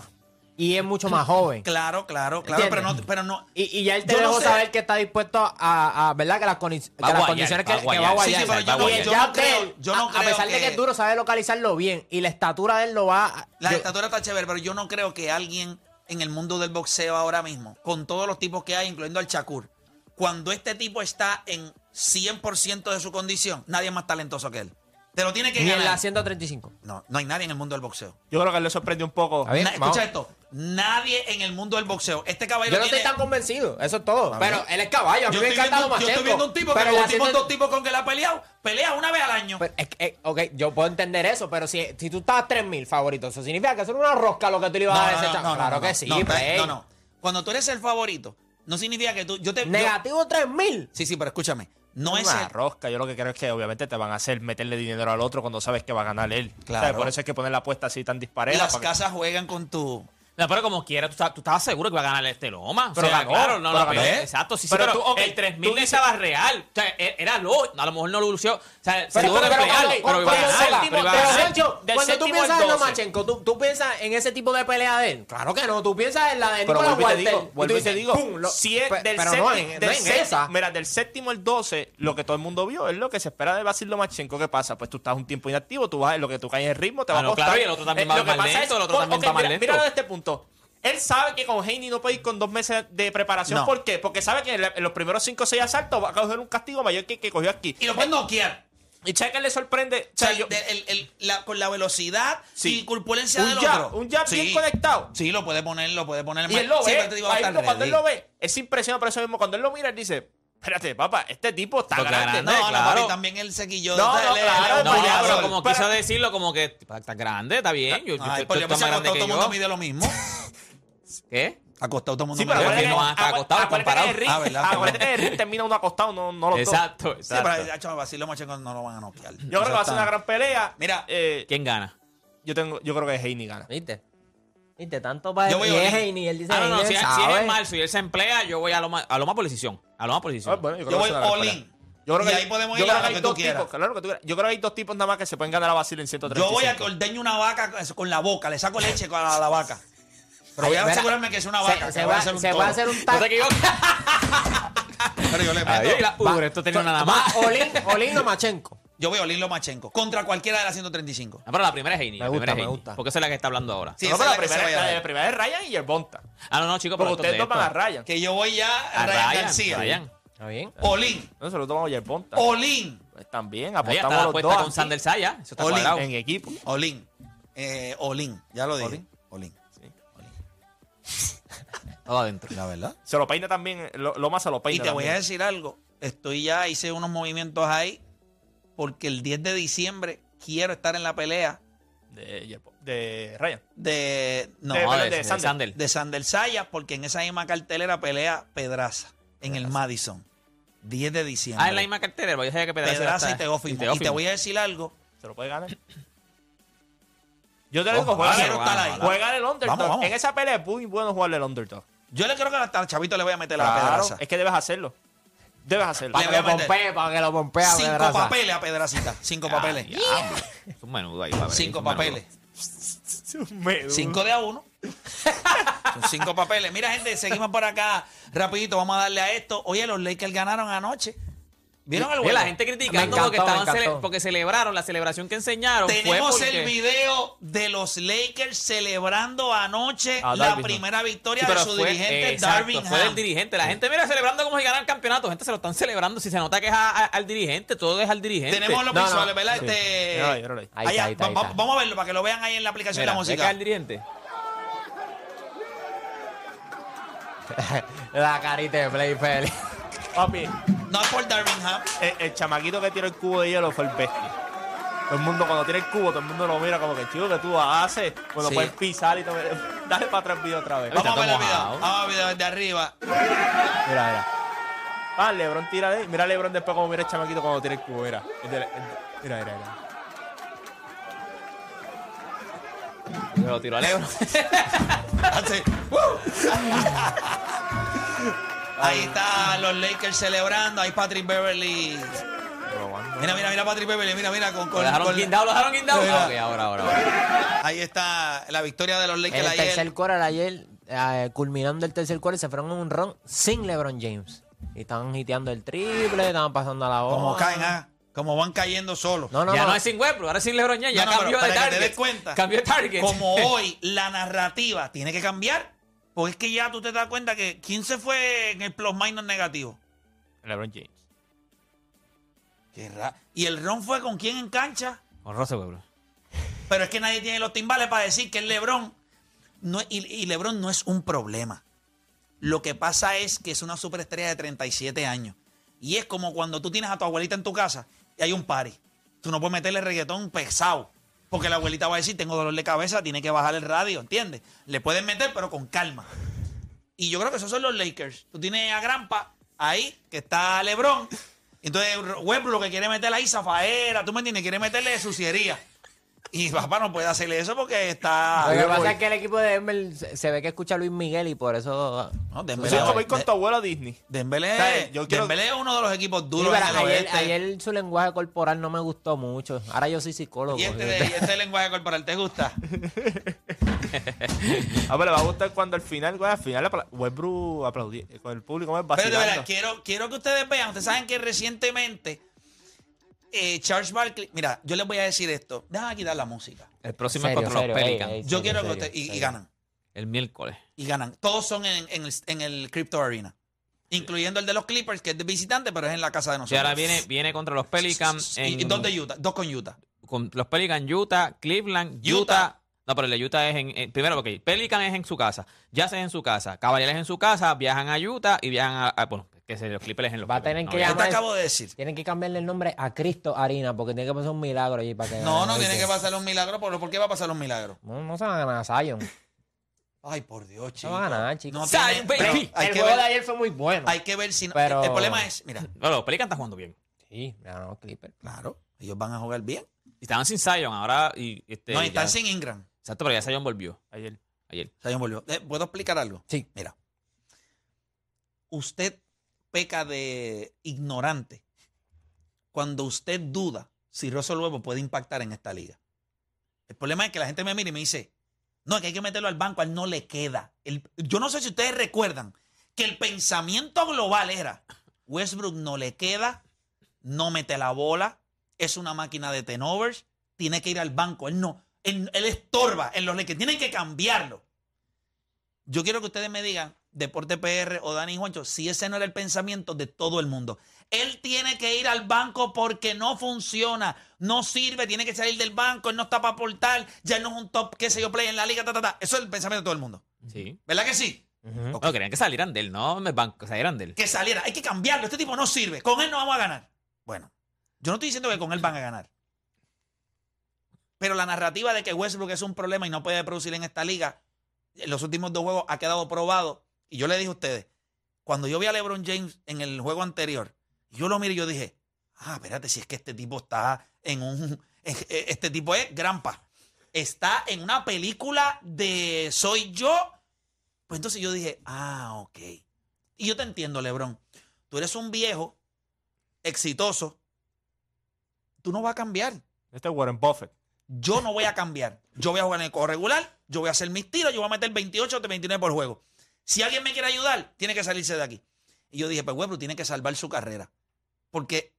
S4: Y es mucho más joven.
S1: Claro, claro, claro. Pero no,
S4: ¿Entiendes?
S1: pero no.
S4: Y, y ya él te
S1: Yo no
S4: dejó
S1: sé.
S4: saber que está dispuesto a, a- ¿verdad? Que las, condi- que
S2: a
S4: las
S2: guayar,
S4: condiciones que
S2: va a
S4: que va a
S2: guayar.
S1: Sí,
S4: guayar.
S1: sí, pero yo
S4: Y
S1: no-
S4: el
S1: yo no
S4: ya de
S1: creo-
S4: él,
S1: yo no
S4: a, a pesar
S1: creo
S4: de que
S1: que-
S4: es duro, sabe localizarlo bien. Y la estatura de él lo va a-
S1: La
S4: yo-
S1: estatura está chévere, pero yo no creo que alguien en el mundo del boxeo ahora mismo, con todos los tipos que hay, incluyendo al Shakur, cuando este tipo está en 100% de su condición, nadie es más talentoso que él. Te lo tiene que
S4: Ni en la
S1: ganar.
S4: 135.
S1: No, no hay nadie en el mundo del boxeo.
S3: Yo creo que él le sorprendió un poco.
S4: Está bien,
S1: Na-
S4: vamos.
S1: escucha esto. Nadie en el mundo del boxeo. Este caballero
S4: Yo no estoy
S1: tiene-
S4: tan convencido, eso es todo. Pero él es caballo, a mí
S1: yo
S4: me
S1: estoy
S4: encanta
S1: viendo,
S4: lo más
S1: yo estoy viendo un tipo que
S4: pero
S1: los
S4: la
S1: últimos
S4: 100
S1: dos tipos con que la ha peleado, pelea una vez al año.
S4: Pero es que, eh, ok, yo puedo entender eso, pero si, si tú estás a 3.000 favoritos, eso significa que eso era una rosca lo que tú le ibas a dar a ese chavo. claro que sí, pues.
S1: no, pero-
S4: Play.
S1: no, no. Cuando tú eres el favorito, no significa que tú. Yo te, yo-
S4: Negativo 3.000.
S1: sí, sí, pero escúchame. No es
S3: una
S1: el,
S3: rosca. Yo lo que creo es que obviamente te van a hacer meterle dinero al otro cuando sabes que va a ganar él.
S1: Claro.
S3: ¿Sabes? Por eso es que poner la apuesta así tan dispareja.
S1: las
S3: para que-
S1: casas juegan con tu.
S2: impresionar. No, pero como quiera, tú, estás- tú estabas seguro que iba a ganar este Loma.
S3: Pero ganó,
S2: claro, no,
S3: pero
S2: no, pero-
S3: ganó.
S2: Exacto, sí, sí,
S3: Pero
S2: pero,
S3: tú, ok,
S2: el 3000
S3: tú dices-
S2: estaba real. O sea, e- era lo, a lo mejor no lo lució. O sea,
S4: Pero,
S2: seguro
S4: pero,
S2: que
S4: pero,
S2: real,
S4: ok,
S2: pero iba a
S4: pero
S2: ganar,
S4: séptimo-
S2: pero iba a
S4: pero,
S2: ganar.
S4: Sancho,
S3: del
S4: cuando tú
S3: séptimo
S4: piensas
S3: al
S4: en
S3: 12.
S4: Lomachenko, tú, tú piensas en ese tipo de pelea de él. Claro que no, tú piensas en la de
S3: Pero
S4: Nicolás
S3: vuelvo y te
S4: Walter.
S3: digo,
S4: tú
S3: vuelvo y te
S4: dices,
S3: digo,
S4: pum, lo-
S3: si es
S4: pe-
S3: del
S4: pero
S3: séptimo,
S4: no, en,
S3: del
S4: no en
S3: séptimo-
S4: esa.
S3: mira, del séptimo al 12, lo que todo el mundo vio es lo que se espera de Basil Lomachenko que pasa, pues tú estás un tiempo inactivo, tú vas, lo que tú caes en ritmo, te
S2: Ah,
S3: va
S2: no,
S3: a costar. Eh,
S2: claro, y el otro también va
S3: lo que
S2: más
S3: pasa
S2: lento,
S3: es-
S2: el otro también
S3: ok,
S2: va más
S3: mira-
S2: lento.
S3: Míralo desde este punto. Él sabe que con Haney no puede ir con dos meses de preparación.
S1: No.
S3: ¿Por qué? Porque sabe que en la- en los primeros 5 o 6 asaltos va a coger un castigo mayor que el que cogió aquí.
S1: Y lo pueden noquear.
S3: Y Checa le sorprende.
S1: O sea,
S3: yo-
S1: de- el- el- la- con la velosidad
S3: Sí.
S1: y corpulencia
S3: Un
S1: del
S3: jab,
S1: otro.
S3: un jab bien conectado.
S1: Sí, lo puede poner, lo puede poner
S3: Y
S1: mal.
S3: él lo
S1: Sí,
S3: ve.
S1: pero te digo, va a
S3: ahí
S1: estar
S3: mismo, cuando él
S1: ready.
S3: lo ve, es impresionante por eso mismo. Cuando él lo mira, él dice: Espérate, papá, este tipo está
S2: Lo que
S3: grande.
S2: grande,
S1: No, no,
S2: claro.
S1: papi, también el sequillo.
S3: No,
S1: o sea,
S3: no,
S1: le-
S3: claro,
S1: le-
S2: No,
S3: Pero
S1: Ay,
S3: ya,
S2: pero
S3: pero-
S2: como
S3: pero-
S2: quiso decirlo, como que "Pa, está grande, está bien. Yo, yo estoy-
S1: por
S2: estoy
S1: Dios,
S2: más
S1: se ha
S2: grande
S1: acostado
S2: que
S1: todo el
S2: yo.
S1: mundo mide lo mismo.
S2: ¿Qué?
S1: Ha costado todo el mundo
S3: Sí,
S1: mide
S3: pero
S1: lo
S2: Creo
S3: acuérdate
S2: que
S1: mismo.
S2: no va a estar
S3: acu-
S2: acostado,
S3: acuérdate que
S2: comparado.
S3: el ring-
S1: Ah, ¿verdad?
S3: Acuérdate que el ring termina uno acostado, no, no los dos.
S2: Exacto,
S1: Sí, pero
S2: exacto.
S1: ya, chaval, Basilio Macheco no lo van a noquear.
S3: Yo creo que va a ser una gran pelea.
S1: Mira,
S3: eh,
S2: ¿Quién gana?
S3: yo, tengo, yo creo que Heini gana.
S4: ¿Viste? ¿Viste? Tanto para
S1: Yo voy
S4: él. Y es
S1: Olin.
S4: Heini, él dice,
S2: Ah, no, no,
S4: Heini,
S2: si
S4: él
S2: es, si es
S4: sabe.
S2: en marzo y él se emplea, yo voy a Loma, a Loma por decisión. A Loma por decisión.
S3: Ah, bueno,
S1: Yo
S3: que
S1: voy
S3: va a ser una gran
S1: all
S3: pelea.
S1: in.
S3: Yo creo
S1: Y
S3: que
S1: ahí podemos
S3: yo
S1: ir a
S3: creo
S1: lo
S3: que
S1: que
S3: hay
S1: tú
S3: dos
S1: quieras.
S3: tipos. claro, lo que tú quieras. Yo creo que hay dos tipos nada más que se pueden ganar a Basil en 135.
S1: Yo voy a que ordeñe una vaca con la boca, le saco leche con la, la vaca. Pero voy a
S4: Ay, mira,
S1: asegurarme que es una
S4: se-
S1: vaca. que
S4: Se
S1: voy
S4: va
S1: a hacer un
S4: se va
S1: toro.
S4: a hacer un
S2: No
S4: tag.
S2: te equivoques.
S1: Pero yo le meto.
S2: Ay, la pudre, esto tenía una nada más.
S4: Olin, Olin Lomachenko.
S1: Yo voy a Olin Lomachenko contra cualquiera de las 135.
S2: Ah, pero la primera es Heini. la
S4: Me gusta,
S2: primera es
S4: me
S2: Heini,
S4: gusta.
S2: Porque esa es la que está hablando ahora.
S1: Sí,
S3: no,
S1: esa
S3: pero la
S1: es la que se
S3: primera,
S1: vaya a
S3: la,
S1: ver.
S3: la primera es Ryan y el Bonta.
S2: Ah, no, no, chicos, pero
S3: Porque ustedes
S2: esto
S3: no
S2: es
S3: van
S2: de
S3: a
S2: esto.
S3: Ryan.
S1: Que yo voy ya a
S2: A
S1: Ryan,
S2: Ryan,
S1: García.
S2: Ryan.
S4: ¿Está bien?
S1: Olin,
S3: No, se lo tomamos el Bonta.
S1: Olin,
S3: Pues también,
S2: Ahí está la
S3: apostamos los
S2: apuesta
S3: dos.
S2: con
S3: aquí
S2: Sander Saya. Eso está
S1: Oli,
S2: cuadrado.
S3: en equipo.
S1: Olin, eh, Olin, ya lo dije. Olin,
S3: Olin.
S2: Todo adentro.
S1: la verdad.
S3: Se lo peina también, lo- Loma se lo
S1: Y
S3: peina.
S1: te voy a
S3: también.
S1: decir algo. Estoy ya, hice unos movimientos ahí porque el 10 de diciembre quiero estar en la pelea
S3: De, Yerbo- de Ryan.
S1: de no
S3: De-
S2: No,
S3: de-
S2: de,
S3: de
S2: de
S3: Sander.
S2: Sander. Ah,
S1: de Sander Sayas porque en esa misma cartelera pelea Pedraza en el Madison. 10 de diciembre.
S2: Ah, en la misma cartera, yo sabía que Pedraza,
S1: Pedraza
S2: era-
S1: y Teófimo. Y te voy a Ah, decir algo.
S3: Se lo puede ganar. Yo te
S1: Ojo,
S3: digo, juega,
S1: quiero estar ahí.
S3: juega el underdog.
S1: Vamos, vamos.
S3: En esa pelea es muy bueno jugarle el underdog.
S1: Yo le creo que hasta al chavito le voy a meter la
S3: Claro,
S1: pedraza.
S3: es que debes hacerlo. Debes hacerlo.
S1: Le voy a
S4: Para que lo
S1: meter.
S4: pompee, para que lo pompee.
S1: Cinco
S4: Pedraza.
S1: papeles a pedracita. Cinco papeles.
S2: Es un menudo ahí, papi, es
S1: Cinco
S2: un menudo.
S1: papeles.
S3: Me-
S1: Cinco de a uno. Son cinco papeles. Mira, gente, seguimos por acá. Rapidito, vamos a darle a esto. Oye, los Lakers ganaron anoche. ¿Vieron el
S2: Oye,
S1: juego?
S2: la gente criticando
S4: Me encantó,
S2: porque, estaban
S4: me encantó.
S2: cele- porque celebraron la celebración que enseñaron. fue
S1: Tenemos
S2: porque-
S1: el video de los Lakers celebrando anoche
S3: A
S1: la
S3: Darvin Ham.
S1: primera victoria
S2: Sí,
S1: de
S2: pero
S1: su
S2: fue-
S1: dirigente,
S2: exacto,
S1: Darvin
S2: Fue del
S1: Ham.
S2: dirigente. La gente, mira, celebrando como si ganan el campeonato. Gente, se lo están celebrando. Si se nota que es a- a- al dirigente, todo es al dirigente.
S1: Tenemos los
S4: No, no.
S1: visuales, ¿verdad?
S3: Sí.
S1: Este-
S3: Míralo ahí, míralo ahí.
S4: Ahí está, ahí está,
S1: va-
S4: ahí está.
S1: va- Vamos a verlo para que lo vean ahí en la aplicación
S2: Mira,
S1: de la
S2: ve que es
S1: música.
S2: al dirigente.
S4: La carita de Play Feli.
S3: Papi,
S1: No es por Darvin Ham.
S3: el, el chamaquito que tiró el cubo de hielo fue el bestia. Todo el mundo cuando tira el cubo, todo el mundo lo mira como que chido que tú haces. Cuando
S1: Sí.
S3: puedes pisar y todo. Dale para atrás el video otra vez.
S1: Vamos a ver el
S2: todo
S1: video.
S2: mojado.
S1: Vamos a ver el video de arriba.
S3: Mira, mira. Ah, Lebron tira de. Mira a Lebron después como mira el chamaquito cuando tira el cubo. Mira. El de la- el- Mira, mira, mira.
S2: Me lo tiró a Lebron.
S1: Así. ¡Woo! Ahí está los Lakers celebrando. Ahí Patrick Beverly. Mira, mira, mira Patrick Beverly. Mira, mira. Con,
S2: lo
S1: con-
S2: dejaron
S1: con-
S2: guindado, lo dejaron guindado.
S1: Mira.
S2: Ah, ok, ahora, ahora, ahora.
S1: Ahí está la victoria de los Lakers
S4: El tercer
S1: ayer.
S4: quarter ayer, eh, culminando el tercer quarter, se fueron en un ron sin LeBron James. Y estaban hiteando el triple, estaban pasando a la bola.
S1: Como caen, ¿ah? Como van cayendo solos.
S4: Oh. No, no,
S2: ya no,
S4: no.
S2: es sin Westbrook, ahora es sin Lebron James, Ya
S1: No, no,
S2: cambió
S1: pero para
S2: de
S1: que
S2: target.
S1: te des cuenta.
S2: Cambió de target.
S1: Como hoy la narrativa tiene que cambiar. Porque es que ya tú te das cuenta que quién se fue en el plus minus negativo.
S3: Lebron James.
S1: Qué ra- Y el Ron fue con quién en cancha.
S2: Con Rose Westbrook.
S1: Pero es que nadie tiene los timbales para decir que el Lebron no, es- y, y Lebron no es un problema. Lo que pasa es que es una superestrella de 37 años. Y es como cuando tú tienes a tu abuelita en tu casa y hay un party. Tú no puedes meterle reggaetón pesado. Porque la abuelita va a decir, tengo dolor de cabeza, tiene que bajar el radio, ¿entiendes? Le pueden meter, pero con calma. Y yo creo que esos son los Lakers. Tú tienes a Grampa ahí, que está LeBron. Entonces, Westbrook lo que quiere meter ahí, zafaera, ¿tú me entiendes? Quiere meterle suciería. Y papá no puede hacerle eso porque está...
S4: Lo que pasa es que el equipo de Denver se, se ve que escucha a Luis Miguel y por eso.
S1: No,
S3: Eso
S1: Dembélé-
S3: es como ir con tu abuelo Pues a Disney.
S1: Dembélé-
S3: ¿Sabes? Yo quiero-
S1: Dembélé es uno de los equipos
S4: Sí,
S1: duros
S4: pero
S1: en el
S4: ayer,
S1: oeste.
S4: ayer su lenguaje corporal no me gustó mucho. Ahora yo soy psicólogo.
S1: Y este, de- y este lenguaje corporal, ¿te gusta?
S3: A ver, Ah, pues le va a gustar cuando al final, güey, al final apla- Westbrook aplaudir con el público más
S1: Pero de
S3: vacilando.
S1: verdad, quiero, quiero que ustedes vean. Ustedes saben que recientemente eh, Charles Barkley... Mira, yo les voy a decir esto. Déjame quitar la música.
S2: El próximo es
S4: Serio,
S2: contra
S4: serio,
S2: los
S4: ey,
S2: Pelicans.
S4: ey,
S1: Yo
S4: serio,
S1: quiero que
S4: serio,
S1: ustedes... y- y
S4: serio.
S1: ganan.
S2: El miércoles.
S1: y ganan. Todos son en, en el, en el Crypto Arena, incluyendo el de los Clippers, que es de visitante, pero es en la casa de
S2: Y
S1: nosotros.
S2: ahora viene, viene contra los Pelicans.
S1: Y-
S2: En,
S1: y dos de Utah, dos con Utah.
S2: con los Pelicans, Utah, Cleveland, Utah.
S1: Utah.
S2: No, pero el de Utah es en, en- Primero, porque Pelican es en su casa, Jazz es en su casa, Cavaliers es en su casa, viajan a Utah y viajan a. a- bueno, que se los Clippers es en los
S4: Va a
S2: Clippers,
S4: tener
S2: no,
S4: que
S2: ya-
S1: Yo te
S4: Llama es-
S1: acabo de decir.
S4: Tienen que cambiarle el nombre a Cristo Harina porque tiene que pasar un milagro allí para que.
S1: No, no
S4: ganen,
S1: tiene que
S4: ¿viste?
S1: pasar un milagro, pero ¿por qué va a pasar un milagro?
S4: No, no se van a ganar a Zion.
S1: Ay, por Dios, chico.
S4: No van a ganar, chicos.
S1: No tiene-
S2: Zion, baby.
S1: pero hay,
S4: el
S1: que
S4: juego de
S1: ver,
S4: ayer fue muy bueno.
S1: hay que ver si... no-
S4: Pero-
S1: El problema es, mira,
S2: No, los Pelicans están jugando bien.
S4: Sí, me ganó Clipper.
S1: claro, ellos van a jugar bien.
S2: Y Estaban sin Zion ahora. Y, este,
S1: no, están
S2: ya-
S1: sin Ingram.
S2: Exacto, pero ya Zion volvió
S3: Ayer.
S2: ayer.
S1: Zion volvió. Eh, ¿Puedo explicar algo?
S4: Sí.
S1: Mira. Usted peca de ignorante cuando usted duda si Russell Westbrook puede impactar en esta liga. El problema es que la gente me mira y me dice, no, es que hay que meterlo al banco, a él no le queda. El- yo no sé si ustedes recuerdan que el pensamiento global era, Westbrook no le queda, no mete la bola, es una máquina de tenovers, tiene que ir al banco, él no, él, él estorba en los que tienen que cambiarlo. Yo quiero que ustedes me digan, Deporte PR o Dani Juancho, si ese no era el pensamiento de todo el mundo. Él tiene que ir al banco porque no funciona, no sirve, tiene que salir del banco, él no está para aportar, ya él no es un top, qué sé yo, play en la liga, ta, ta, ta. Eso es el pensamiento de todo el mundo.
S2: Sí.
S1: ¿Verdad que sí?
S4: Ujú.
S1: Ok.
S2: No, querían que salieran de él, no me banco, salieran de él.
S1: Que saliera, hay que cambiarlo, este tipo no sirve, con él no vamos a ganar. Bueno, yo no estoy diciendo que con él van a ganar. Pero la narrativa de que Westbrook es un problema y no puede producir en esta liga, en los últimos dos juegos ha quedado probado. Y yo le dije a ustedes, cuando yo vi a LeBron James en el juego anterior, Y yo lo miré y yo dije, ah, espérate, si es que este tipo está en un... es- es- Este tipo es Grampa. Está en una película de Soy yo. Pues entonces yo dije, ah, ok. Y yo te entiendo, Lebron. Tú eres un viejo, exitoso. Tú no vas a cambiar.
S3: Este es Warren Buffett.
S1: Yo no voy a cambiar. Yo voy a jugar en el juego regular, yo voy a hacer mis tiros, yo voy a meter 28 o 29 por juego. Si alguien me quiere ayudar, tiene que salirse de aquí. Y yo dije, pues Westbrook tiene que salvar su carrera. Porque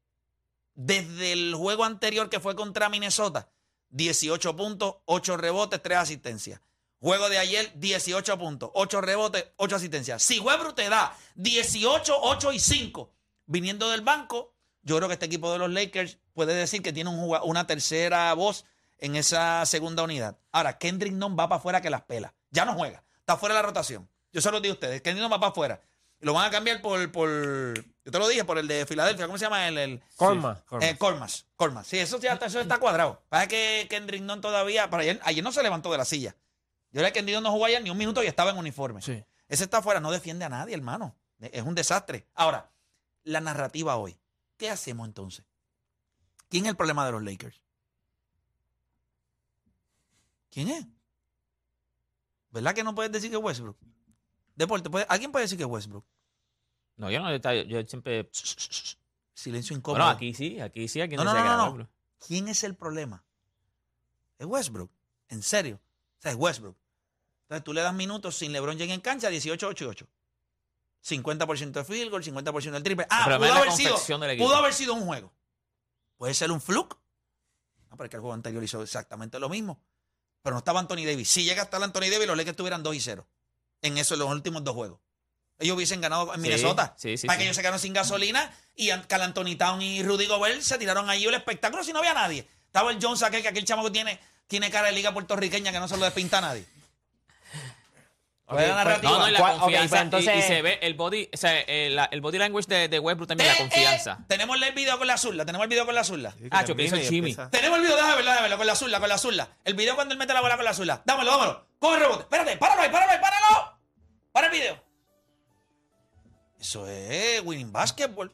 S1: desde el juego anterior que fue contra Minnesota, 18 puntos, 8 rebotes, 3 asistencias. Juego de ayer, 18 puntos, 8 rebotes, 8 asistencias. Si Westbrook te da 18, 8 y 5 viniendo del banco, yo creo que este equipo de los Lakers puede decir que tiene un juga- una tercera voz en esa segunda unidad. Ahora, Kendrick Nunn va para afuera que las pela. Ya no juega. Está fuera de la rotación. Yo se lo digo a ustedes. Kendrick Nunn va para afuera. Lo van a cambiar por, por... Yo te lo dije, por el de Filadelfia. ¿Cómo se llama? El, el,
S4: Corma.
S1: Cormas. Cormas. Cormas. Eh, Sí, eso ya está, eso está cuadrado. Pasa que Kendrick Nunn todavía. Pero ayer, ayer no se levantó de la silla. Yo era que Kendrick Nunn no jugó ayer ni un minuto y estaba en uniforme.
S10: Sí.
S1: Ese está afuera, no defiende a nadie, hermano. Eh, Es un desastre. Ahora, la narrativa hoy. ¿Qué hacemos entonces? ¿Quién es el problema de los Lakers? ¿Quién es? ¿Verdad que no puedes decir que es Westbrook? Deporte, ¿puede- ¿alguien puede decir que es Westbrook?
S2: No, yo no, yo, yo siempre.
S1: Silencio incómodo.
S2: Bueno, aquí sí, aquí sí, aquí
S1: No,
S2: no,
S1: no,
S2: se
S1: no,
S2: queda
S1: no, no.
S2: Westbrook.
S1: ¿Quién es el problema? Es Westbrook. En serio. O sea, es Westbrook. Entonces tú le das minutos sin LeBron James en cancha, 18, 8 y 8. 50% de field goal, 50% del triple. Ah, pudo
S2: problema es la
S1: haber, sido,
S2: confección del equipo.
S1: pudo haber sido un juego. Puede ser un fluke. No, porque el juego anterior hizo exactamente lo mismo. Pero no estaba Anthony Davis. Si llega a estar Anthony Davis, los Lakers estuvieran 2 y 0. En eso, en los últimos dos juegos. Ellos hubiesen ganado en
S2: Sí,
S1: Minnesota.
S2: sí, sí,
S1: para que
S2: sí.
S1: ellos se quedaron sin gasolina. Y An- Carl Anthony Town y Rudy Gobert se tiraron allí el espectáculo si no había nadie. Estaba el Jones aquel que aquel chamo que tiene, tiene cara de liga puertorriqueña que no se lo despinta a nadie. ¿Cuál es la narrativa?
S2: No, no, y la
S4: ¿Cuál- ok,
S2: confianza.
S4: pero
S2: y-
S4: entonces-
S2: y, se ve el body, o sea, eh, la- el body language de, de Westbrook también, la
S1: Eh, eh,
S2: confianza.
S1: tenemos el video con la zurda, tenemos el video con la zurda.
S2: Ah, que hizo Jimmy.
S1: Tenemos el video, déjame verlo, déjame verlo, con la zurda, con la zurda. El video cuando él mete la bola con la zurda. Dámelo, dámelo. Coge el rebote. Espérate, páralo ahí, páralo ahí, páralo. Para el video. Eso es winning basketball.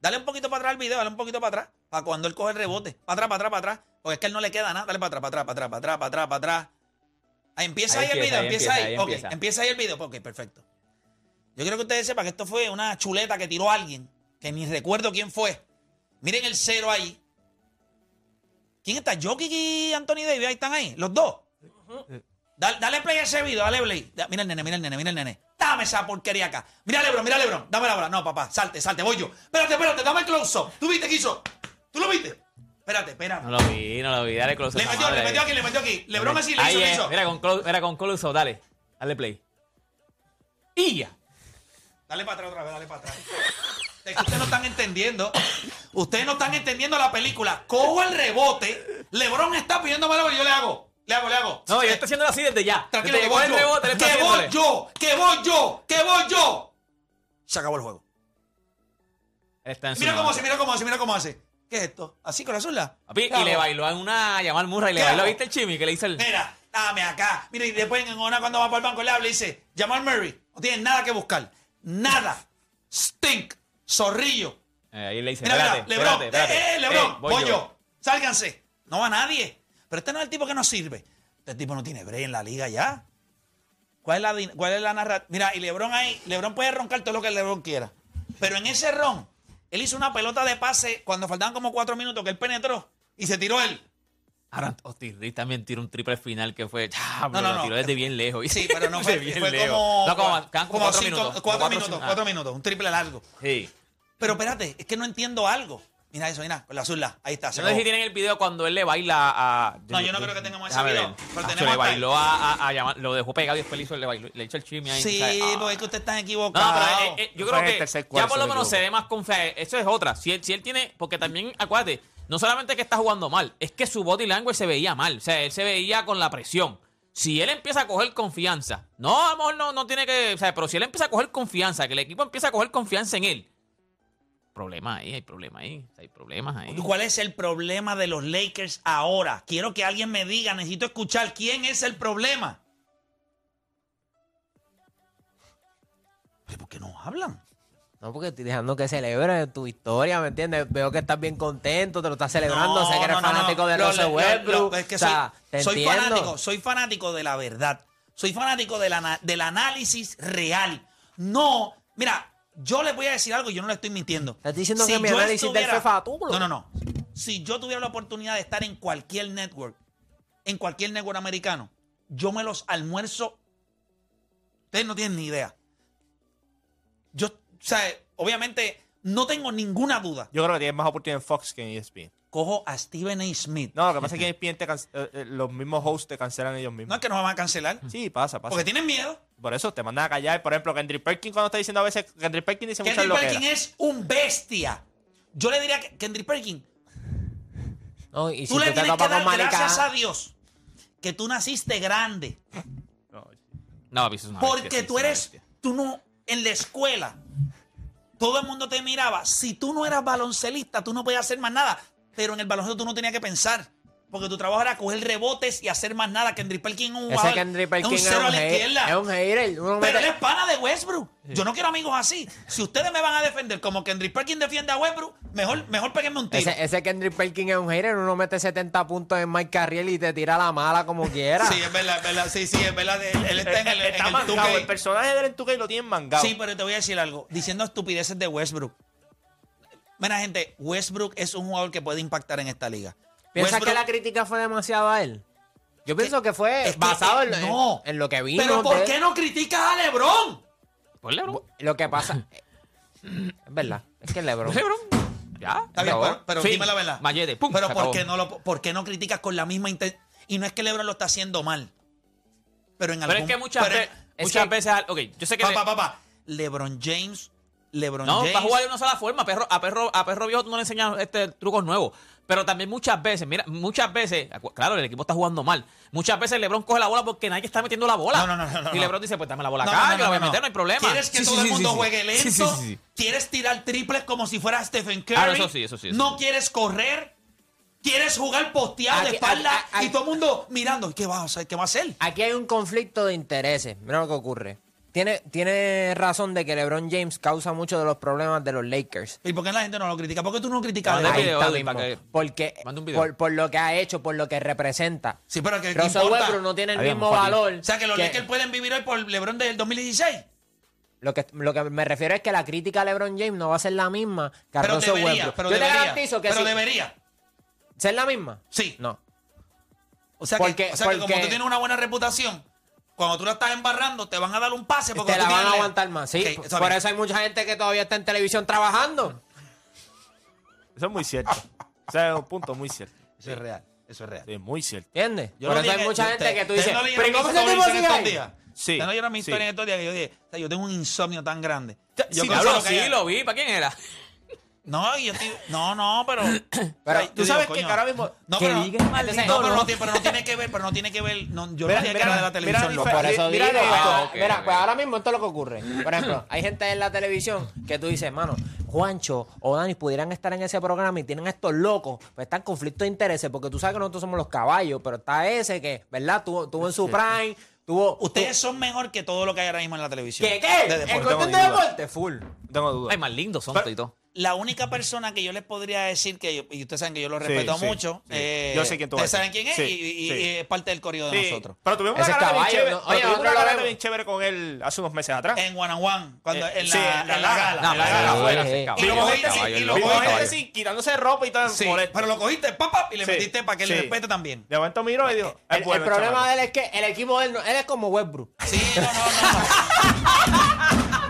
S1: Dale un poquito para atrás el video, dale un poquito para atrás. Para cuando él coge el rebote. Para atrás, para atrás, para atrás. Porque es que él no le queda nada. Dale para atrás, para atrás, para atrás, para atrás, para atrás, para atrás. Ahí empieza ahí,
S2: Ahí
S1: el
S2: empieza,
S1: video,
S2: ahí
S1: empieza ahí.
S2: empieza, ahí
S1: ok, empieza.
S2: empieza.
S1: ahí el video. Ok, perfecto. Yo quiero que ustedes sepan que esto fue una chuleta que tiró alguien. Que ni recuerdo quién fue. Miren el cero ahí. ¿Quién está? Jokic y Anthony Davis, ahí están ahí, los dos. Dale, dale play a ese video, dale play. Da- Mira el nene, mira el nene, mira el nene. Dame esa porquería acá. Mira Lebron, mira Lebron. Dame la bola. No, papá, salte, salte, voy yo. Espérate, espérate, dame el close-up. ¿Tú viste qué hizo? ¿Tú lo viste? Espérate, espérate.
S2: No lo vi, no lo vi. Dale close
S1: le
S2: esa
S1: metió,
S2: madre
S1: le metió
S2: ahí.
S1: aquí, le metió aquí. Lebron así le
S2: Ahí
S1: hizo, le
S2: es,
S1: hizo.
S2: Mira, con close, mira, con close up, dale. Dale play. Y ya.
S1: Dale para atrás otra vez, dale para atrás. Es que ustedes no están entendiendo. Ustedes no están entendiendo la película. Cojo el rebote. Lebron está pidiendo la bola y yo le hago. Le hago, le hago.
S2: No, yo
S1: Eh,
S2: estoy haciendo así desde ya.
S1: Tranquilo, que
S2: Desde que
S1: voy
S2: coge el
S1: yo.
S2: rebote, le está
S1: que voy
S2: haciéndole.
S1: yo, que voy yo, que voy yo. Se acabó el juego.
S2: Él está en
S1: Y
S2: su
S1: mira cómo
S2: madre.
S1: hace, mira cómo hace, mira cómo hace. ¿Qué es esto? ¿Así con la zurda?
S2: Papi,
S1: Claro.
S2: y le bailó a una Yamal Murray, le
S1: ¿Qué
S2: bailó,
S1: hago?
S2: ¿viste el Chimi? Que le hizo el...
S1: Mira, dame acá. Mira, y después en una cuando va para el banco le habla y dice, Jamal Murray, no tiene nada que buscar. Nada. Stink. Zorrillo.
S2: Eh, ahí le dice,
S1: Mira,
S2: espérate,
S1: mira, Lebron.
S2: espérate, espérate.
S1: Eh, eh, Lebron,
S2: Eh,
S1: voy, yo. Sálganse. No va nadie. Pero este no es el tipo que nos sirve. Este tipo no tiene break en la liga ya. ¿Cuál es la, din- cuál es la narrativa? Mira, y Lebron ahí, Lebron puede roncar todo lo que Lebron quiera. Pero en ese ron, él hizo una pelota de pase cuando faltaban como cuatro minutos que él penetró y se tiró él.
S2: Ahora, Austin Reeves también tiró un triple final que fue... Ah, no,
S1: no,
S2: no,
S1: no.
S2: Lo tiró desde bien lejos.
S1: Sí, pero no
S2: Desde
S1: fue,
S2: bien
S1: fue
S2: lejos.
S1: como,
S2: No, como, quedan como
S1: como
S2: cuatro
S1: cinco-
S2: minutos.
S1: cuatro
S2: Como
S1: minutos,
S2: ah,
S1: cuatro minutos, un triple largo.
S2: Sí.
S1: Pero espérate, es que no entiendo algo. Mira eso, mira, con la azulda. Ahí está. se
S2: Yo no sé
S1: acabó.
S2: si tienen el video cuando él le baila a.
S1: No, yo no creo que tengamos ese
S2: Déjame
S1: video,
S2: ver.
S1: pero
S2: Nacho,
S1: tenemos
S2: le
S1: acá.
S2: bailó a, a- a llamar- lo dejó pegado y después le hizo, le, bailó, le hizo el chisme ahí.
S1: Sí,
S2: ¿sabes? Ah.
S1: porque es que ustedes están
S2: No,
S1: equivocados.
S2: pero eh, eh, yo
S3: Eso es el
S2: creo
S3: tercer
S2: que
S3: cuarto,
S2: ya por lo
S3: me
S2: menos se
S3: equivoco.
S2: ve más confianza. Eso es otra. Si él, si él tiene. Porque también, acuérdate, no solamente que está jugando mal, es que su body language se veía mal. O sea, él se veía con la presión. Si él empieza a coger confianza, no, a lo mejor no, no tiene que. O sea, pero si él empieza a coger confianza, que el equipo empieza a coger confianza en él. Problema ahí, hay problema ahí. Hay problemas ahí.
S1: ¿Cuál es el problema de los Lakers ahora? Quiero que alguien me diga, necesito escuchar quién es el problema. Pero ¿Por qué no hablan?
S4: No, porque estoy dejando que celebre tu historia, ¿me entiendes? Veo que estás bien contento, te lo estás celebrando, sé que eres
S1: no, no, no.
S4: fanático de
S1: Lo-
S4: Russell
S1: lo- lo-
S4: Westbrook.
S1: lo- es que
S4: o sea,
S1: soy,
S4: te
S1: soy
S4: entiendo.
S1: fanático, soy fanático de la verdad. Soy fanático de la, ana- del análisis real. No, mira, yo les voy a decir algo y yo no le estoy mintiendo.
S4: Estás diciendo que mi
S1: yo
S4: análisis del
S1: estuviera-
S4: fue fatulo.
S1: No, no, no. Si yo tuviera la oportunidad de estar en cualquier network, en cualquier network americano, yo me los almuerzo. Ustedes no tienen ni idea. Yo, o sea, obviamente no tengo ninguna duda.
S3: Yo creo que tienes más oportunidad en Fox que en E ESPN.
S1: Cojo a Stephen A. Smith.
S3: No, lo que pasa es que ESPN te can- eh, eh, los mismos hosts te cancelan ellos
S1: No
S3: mismos.
S1: es que nos van a cancelar.
S3: Sí, pasa, pasa.
S1: Porque tienen miedo.
S3: Por eso te mandan a callar. Por ejemplo, Kendrick Perkins cuando está diciendo a veces... Kendrick Perkins dice muchas
S1: Kendrick Perkins
S3: loqueras.
S1: es un bestia. Yo le diría que Kendrick Perkins,
S4: No, y si
S1: tú
S4: tú
S1: le
S4: te
S1: tienes
S4: topas
S1: que
S4: con
S1: dar gracias a
S4: Marica,
S1: Dios que tú naciste grande.
S2: No, papi, eso es una bestia,
S1: Porque
S2: sí,
S1: tú
S2: es una
S1: eres,
S2: bestia.
S1: tú no, en la escuela, todo el mundo te miraba. Si tú no eras baloncelista, tú no podías hacer más nada. Pero en el baloncesto tú no tenías que pensar. Porque tu trabajo era coger rebotes y hacer más nada. Kendrick Perkins es un
S4: ese
S1: jugador-
S4: Kendrick
S1: es un
S4: Perkins es
S1: cero
S4: un
S1: a la
S4: hater.
S1: izquierda.
S4: Es un hater. uno
S1: Pero
S4: mete-
S1: él es pana de Westbrook. Yo no quiero amigos así. Si ustedes me van a defender como Kendrick Perkins defiende a Westbrook, mejor, mejor péguenme un tiro.
S4: Ese, ese Kendrick Perkins es un hater, uno mete 70 puntos en Mike Carriel y te tira la mala como quiera.
S1: Sí, es verdad, es verdad. Sí, sí, es verdad. Él, él está en
S4: Eh,
S1: el, en
S3: Está
S1: el
S3: mangado.
S1: 2K.
S3: El personaje del Entuque lo tienen mangado.
S1: Sí, pero te voy a decir algo. Diciendo estupideces de Westbrook. Mira, gente, Westbrook es un jugador que puede impactar en esta liga.
S4: ¿Piensas
S1: Westbrook-
S4: que la crítica fue demasiado a él? Yo pienso que fue
S1: es que-
S4: basado en,
S1: eh,
S4: en-
S1: no.
S4: en lo que vino.
S1: ¿Pero por
S4: de-
S1: qué no criticas a LeBron?
S2: Pues LeBron.
S4: Lo que pasa. eh, es verdad. Es que LeBron.
S2: ¿Pues LeBron. Ya.
S1: Está bien,
S2: acabó.
S1: pero, pero
S2: Fin.
S1: dime la verdad.
S2: Machete, pum,
S1: pero
S2: se
S1: ¿por
S2: acabó.
S1: qué, no lo, ¿por qué no criticas con la misma intensidad? Y no es que LeBron lo está haciendo mal. Pero en
S2: Pero
S1: algún
S2: es que muchas,
S1: pero-
S2: ve-
S4: es
S2: muchas
S4: que-
S2: veces. Ok, yo sé que.
S1: Papá, papá. LeBron James. LeBron
S2: No,
S1: James.
S2: va a jugar de una sola forma. Perro, a, perro, a perro viejo tú no le enseñas este, trucos nuevos. Pero también muchas veces, mira, muchas veces, acu- claro, el equipo está jugando mal. Muchas veces LeBron coge la bola porque nadie está metiendo la bola.
S1: No, no, no, no, no.
S2: y LeBron dice, pues dame la bola
S1: No,
S2: acá,
S1: no, no,
S2: yo la voy a
S1: no,
S2: meter, no, hay problema.
S1: ¿Quieres que
S2: Sí, sí,
S1: todo
S2: sí,
S1: el
S2: sí,
S1: mundo
S2: sí.
S1: juegue lento?
S2: Sí, sí, sí, sí.
S1: ¿Quieres tirar triples como si fuera Stephen Curry?
S2: Ah, no, eso sí, eso sí, eso
S1: ¿No
S2: sí.
S1: quieres correr? ¿Quieres jugar posteado de
S4: Aquí-
S1: espalda
S4: aquí- aquí-
S1: y todo el mundo mirando? ¿Qué va a hacer? ¿Qué va a hacer?
S4: Aquí hay un conflicto de intereses. Mira lo que ocurre. Tiene, tiene razón de que LeBron James causa muchos de los problemas de los Lakers.
S1: ¿Y por qué la gente no lo critica? ¿Por qué tú no criticas a
S2: Manda
S1: LeBron?
S4: Ahí
S2: video,
S4: está
S2: Edwin,
S4: mismo.
S2: para que-
S4: Porque
S2: Manda un video.
S4: por, por lo que ha hecho, por lo que representa.
S1: Sí, pero que
S4: Russell Westbrook no tiene el
S3: Habíamos
S4: mismo
S3: fallado.
S4: valor.
S1: O sea, que los Lakers pueden vivir hoy por LeBron del 2016.
S4: Lo que, lo que me refiero es que la crítica a LeBron James no va a ser la misma que a
S1: Pero
S4: Russell
S1: debería,
S4: Westbrook.
S1: pero
S4: Yo te
S1: debería.
S4: garantizo que
S1: Pero
S4: sí.
S1: debería.
S4: ¿Ser la misma?
S1: Sí.
S4: No.
S1: O sea, que-
S4: Porque-
S1: o sea que como
S4: porque-
S1: tú tienes una buena reputación, cuando tú la estás embarrando, te van a dar un pase porque
S4: te
S1: tú
S4: la van
S1: tienes
S4: a
S1: le-
S4: aguantar más, sí.
S1: Ok,
S4: Por-
S1: está
S4: por
S1: bien.
S4: eso hay mucha gente que todavía está en televisión trabajando.
S3: Eso es muy cierto. O sea, es un punto muy cierto.
S1: Eso es real, eso es real.
S3: Sí, muy cierto.
S4: ¿Entiendes?
S1: Yo
S4: por
S1: no
S4: eso hay
S1: dije-
S4: mucha
S1: yo-
S4: gente
S1: te-
S4: que tú
S1: te
S4: dices,
S1: no leyeron
S4: pero
S1: mi
S4: ¿cómo ese
S1: historia
S4: tipo
S1: en
S4: sigue
S1: estos
S4: ahí?"
S1: días?
S3: Sí,
S1: Te no leyeron mi
S3: sí.
S1: historia en estos días que yo dije, o sea, yo tengo un insomnio tan grande. Yo
S2: Sí,
S1: creo que
S2: cabrón,
S1: lo que
S2: sí,
S1: haya-
S2: lo vi. ¿Para quién era?
S1: No, yo estoy- no, no, pero.
S3: Pero tú sabes que ahora mismo-
S1: No,
S4: que
S1: pero. no-
S4: diga el maldito,
S1: No, pero
S4: ¿no?
S1: no tiene- pero no tiene que ver, pero no tiene que ver. no, Yo no
S3: Mira,
S1: tenía que
S3: mira,
S1: ver de la
S3: mira la
S1: televisión. loco.
S4: Por
S3: diferencia.
S4: eso
S3: Mira
S4: digo,
S3: esto.
S4: ah,
S2: Ok,
S4: mira,
S2: ok.
S4: pues ahora mismo esto es lo que ocurre. Por ejemplo, hay gente en la televisión que tú dices, mano, Juancho o Dani pudieran estar en ese programa y tienen a estos locos, pues están en conflicto de intereses, porque tú sabes que nosotros somos los caballos, pero está ese que, ¿verdad? Tuvo, tuvo en su prime, tuvo...
S1: Ustedes son mejor que todo lo que hay ahora mismo en la televisión.
S4: ¿Qué?
S1: De
S4: ¿Qué? ¿En
S1: deporte.
S4: cuestión de
S3: tengo duda.
S4: deporte? Full.
S3: No tengo duda.
S2: Ay, más lindo son
S3: Pero-
S2: y todo.
S1: La única persona que yo les podría decir que, yo- y ustedes saben que yo lo
S3: Sí,
S1: respeto
S3: sí,
S1: mucho,
S3: sí.
S1: eh,
S3: Yo sé quién tú
S1: ustedes
S3: vas a
S1: saben quién es y,
S3: decir.
S1: y-
S3: Sí,
S1: y
S3: sí.
S1: es parte del corrido de
S3: Sí,
S1: nosotros.
S3: Pero tuvimos una
S4: Ese
S3: garata bien
S4: caballo,
S3: chévere.
S4: no-
S3: pero
S4: oye,
S3: tuvimos
S4: nosotros
S3: una
S4: lo
S3: garata
S4: vemos.
S3: bien chévere con él hace unos meses atrás.
S1: En one on one, Eh, cuando,
S3: Eh,
S1: en
S3: sí,
S1: la,
S3: en la
S1: en la
S3: gala.
S1: gala.
S2: No,
S1: en
S2: pero
S1: la
S2: ese
S1: gala.
S2: caballo,
S4: Eh,
S2: ese
S4: eh.
S1: Y
S2: caballo.
S1: lo
S3: Vimos
S1: cogiste
S3: gente
S1: sin-
S2: Caballo,
S1: y lo
S2: loco,
S3: Vimos gente
S1: caballo.
S2: caballo.
S3: así, quitándose ropa y todo.
S1: Sí,
S3: molesto.
S1: pero lo cogiste, papá, y le
S3: Sí,
S1: metiste para que
S3: sí.
S1: él respete también.
S3: De momento miró y dijo:
S4: El,
S3: "Es bueno
S4: el problema
S3: chamaco".
S4: de él es que el equipo de él, no- él es como Westbrook.
S1: Sí, no, no, no. no.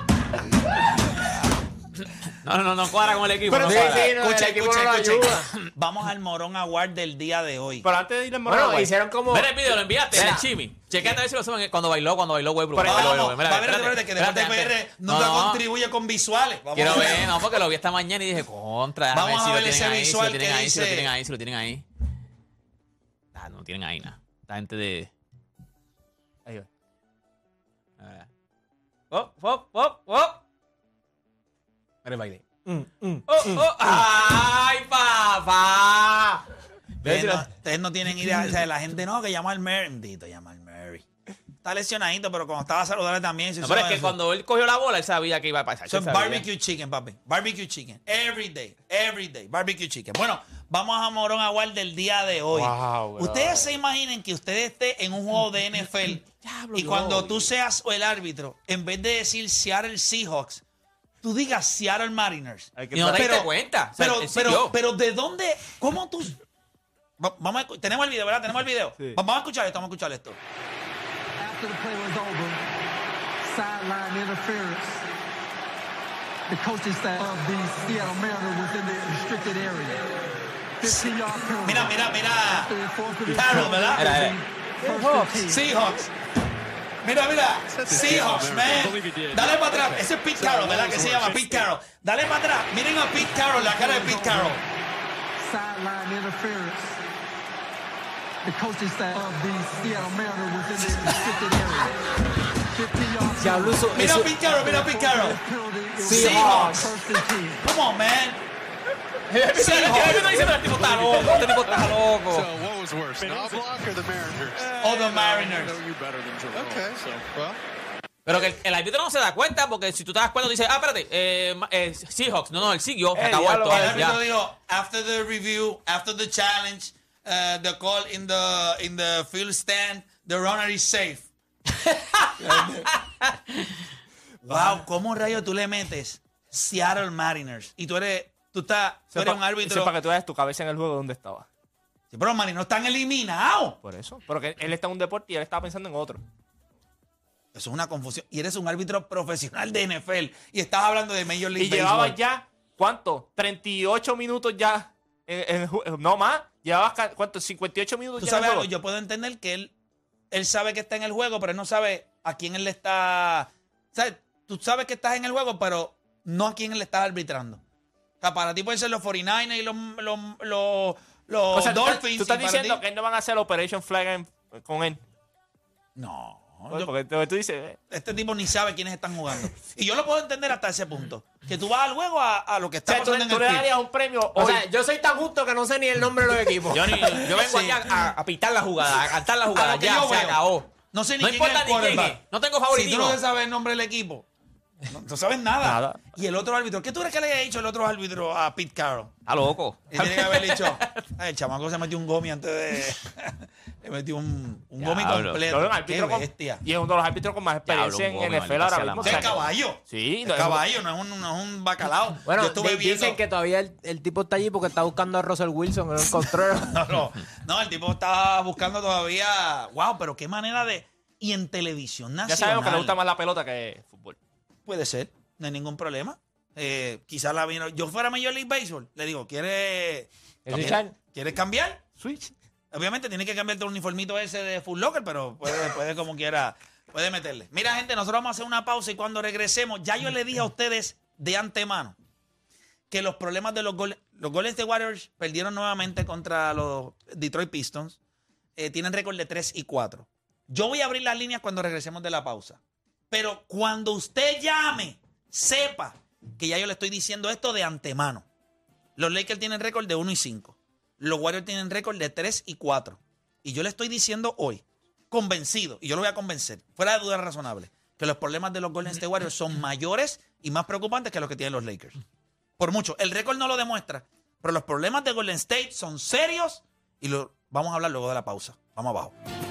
S2: No, no, no, no cuadra con el equipo.
S3: Pero
S2: no
S3: sí,
S2: cuadra.
S4: sí, no, el
S1: escucha,
S4: equipo no
S1: escucha,
S4: lo
S1: escucha.
S4: ayuda.
S1: Vamos al Morón Award del día de hoy.
S3: Pero antes de irle al
S4: Bueno,
S3: Moragua,
S4: hicieron como...
S2: Mira el video, lo enviaste,
S4: Mira.
S2: el Chimi. Chequéate a ver si lo suben cuando bailó, cuando bailó Westbrook.
S1: Pero
S2: Cuando
S1: vamos,
S2: bailó, mira,
S1: va a ver,
S2: espérate,
S1: espérate, que Deporte
S2: espérate,
S1: PR
S2: antes.
S1: nunca contribuye con visuales. Vamos
S2: Quiero
S1: a
S2: ver, no, porque lo vi esta mañana y dije, contra,
S1: Vamos a
S2: déjame
S1: ver
S2: ver
S1: ese
S2: si lo tienen ahí, si
S1: visual
S2: lo tienen
S1: que
S2: ahí, si lo
S1: dice-
S2: tienen ahí, si lo tienen ahí. Ah, no tienen ahí nada. Esta gente de...
S3: Ahí va.
S2: A ver. Oh, oh, oh, oh.
S4: Mira el baile.
S1: Mm,
S2: Oh, oh. ¡Ay, papá!
S1: Ustedes no, ustedes no tienen idea. O sea, la gente no, que llama al Mary. Bendito, llama al Mary. está lesionadito, pero cuando estaba saludable también. se
S2: No,
S1: hizo
S2: pero es que
S1: eso.
S2: cuando él cogió la bola, él sabía que iba a pasar.
S1: Eso
S2: él
S1: es
S2: sabía.
S1: barbecue chicken, papi. Barbecue chicken. Every day. Every day. Barbecue chicken. Bueno, vamos a Morón Aguar del día de hoy.
S3: Wow, bro.
S1: ustedes se imaginen que usted esté en un juego de NFL y cuando tú seas el árbitro, en vez de decir Seattle Seahawks, tú digas Seattle Mariners.
S3: Hay que
S2: Y no te
S1: Pero-
S2: diste cuenta. O sea,
S1: Pero,
S2: él
S1: pero,
S2: siguió.
S1: pero, ¿de dónde? ¿Cómo tú? Va- Vamos a escu- tenemos el video, ¿verdad? Tenemos el video.
S3: Sí.
S1: Va- Vamos a escuchar esto, vamos a escuchar esto.
S10: after the play was over, sideline interference. The coaching staff of the Seattle Mariners was in the restricted area. 15 yard penalty.
S1: Mira, mira, mira.
S10: After enforcement is
S1: Carol,
S10: called,
S1: ¿verdad?
S2: Era, era.
S10: First and 10.
S1: Seahawks. Mira, mira. Seahawks, man. Dale para atrás. Ese es Pete Carroll, ¿verdad? Que se llama Pete Carroll. Dale para atrás. Miren a Pete Carroll, la cara de Pete Carroll.
S10: Sideline interference. The coaching staff of the Seattle Mariners was in the restricted area. 15 yard penalty.
S1: Mira a Pete Carroll, mira a Pete Carroll.
S10: Penalty, it was
S1: Seahawks.
S10: First and 10.
S1: Come on, man.
S2: Sí, el árbitro diciendo, "Este tipo está loco, este tipo está loco.
S11: what was worse, Knobloch or the Mariners?
S1: Oh, the Mariners.
S11: you better than Jerome. Okay. So, well,
S2: Pero que el, el árbitro no se da cuenta porque si tú te das cuenta, tú dices, ah, espérate, eh, ma- eh, Seahawks. No, no, él siguió.
S3: Eh,
S2: acabó
S3: ya
S2: esto.
S3: lo-
S1: El
S2: ya.
S1: árbitro dijo, after the review, after the challenge, uh, the call in the, in the field stand, the runner is safe. wow, ¿cómo rayo tú le metes Seattle Mariners? Y tú eres, tú estás, tú eres un árbitro.
S3: para que tú veas tu cabeza en el juego donde estaba.
S1: Sí, pero los Mariners están eliminados.
S3: Por eso. Pero que él está en un deporte y él estaba pensando en otro.
S1: Eso es una confusión. Y eres un árbitro profesional de NFL y estás hablando de Major League
S3: Y llevaba
S1: Baseball.
S3: ya, ¿cuánto? 38 minutos ya. en- en ju- eh, no más. Llevabas, ca- ¿cuánto? 58 minutos
S1: Tú
S3: ya. en el
S1: sabes algo,
S3: juego.
S1: yo puedo entender que él, él sabe que está en el juego, pero él no sabe a quién él le está. ¿sabes? Tú sabes que estás en el juego, pero no a quién él le está arbitrando. O sea, para ti pueden ser los 49ers y los, los, los, los
S3: O sea, tú estás-
S1: Dolphins.
S3: Tú
S1: y
S3: estás
S1: para
S3: diciendo
S1: ti-
S3: que él no van a hacer Operation Flag en- con él.
S1: No. yo-
S3: Porque tú, tú dices. eh,
S1: este tipo ni sabe quiénes están jugando. Y yo lo puedo entender hasta ese punto. Que tú vas al juego a, a lo que
S3: o
S1: está
S3: sea, tú,
S1: pasando en
S3: tú
S1: el
S3: le
S1: field.
S3: darías un premio.
S4: O
S3: hoy.
S4: sea, yo soy tan justo que no sé ni el nombre de los equipos.
S2: Yo, ni- yo
S1: Sí.
S2: vengo aquí a, a- a pitar la jugada, a cantar la jugada.
S1: lo que
S2: Ya,
S1: yo
S2: se
S1: veo.
S2: acabó.
S1: No sé ni
S2: No
S1: quién
S2: importa
S1: es el
S2: ni quién
S1: quarterback.
S2: es. No tengo favoritismo.
S1: Si tú no te sabes el nombre del equipo, no, no sabes nada.
S3: Nada.
S1: Y el otro árbitro, ¿qué tú crees que le haya dicho el otro árbitro a Pete Carroll?
S2: Está loco.
S1: Y tiene que haber dicho, "Ay, el chamaco se metió un gomi antes de... le metió un, un gomi
S2: Diablo.
S1: completo.
S3: Lo veo un
S1: Qué
S3: árbitro con-
S1: bestia.
S3: y es uno de los árbitros con más experiencia
S2: Diablo, un
S3: en
S2: gol,
S3: NFL
S2: maldita
S3: ahora
S2: sea la
S3: mismo.
S1: O sea, es caballo.
S3: Sí,
S1: Es
S3: lo-
S1: caballo, no es un, no es un bacalao.
S4: Bueno,
S1: Yo estuve
S4: di-
S1: viendo...
S4: dicen que todavía el, el tipo está allí porque está buscando a Russell Wilson, que no encontró.
S1: No, no, no, el tipo estaba buscando todavía... Wow, pero qué manera de... Y en televisión nacional.
S3: Ya sabemos que le gusta más la pelota que el fútbol.
S1: Puede ser, no hay ningún problema. Eh, quizás la vino. Yo fuera Major League Baseball, le digo, ¿quieres,
S4: ¿Es Richard?
S1: ¿quieres cambiar?
S3: Switch.
S1: Obviamente tiene que cambiarte el uniformito ese de Full Locker, pero puede, puede como quiera, puede meterle. Mira, gente, nosotros vamos a hacer una pausa y cuando regresemos, ya yo le dije a ustedes de antemano que los problemas de los goles, los goles de Warriors perdieron nuevamente contra los Detroit Pistons. Eh, tienen récord de 3 y 4. Yo voy a abrir las líneas cuando regresemos de la pausa. Pero cuando usted llame, sepa que ya yo le estoy diciendo esto de antemano. Los Lakers tienen récord de 1 y 5. Los Warriors tienen récord de 3 y 4. Y yo le estoy diciendo hoy, convencido, y yo lo voy a convencer, fuera de duda razonable, que los problemas de los Golden State Warriors son mayores y más preocupantes que los que tienen los Lakers. Por mucho. El récord no lo demuestra, pero los problemas de Golden State son serios y lo vamos a hablar luego de la pausa. Vamos abajo.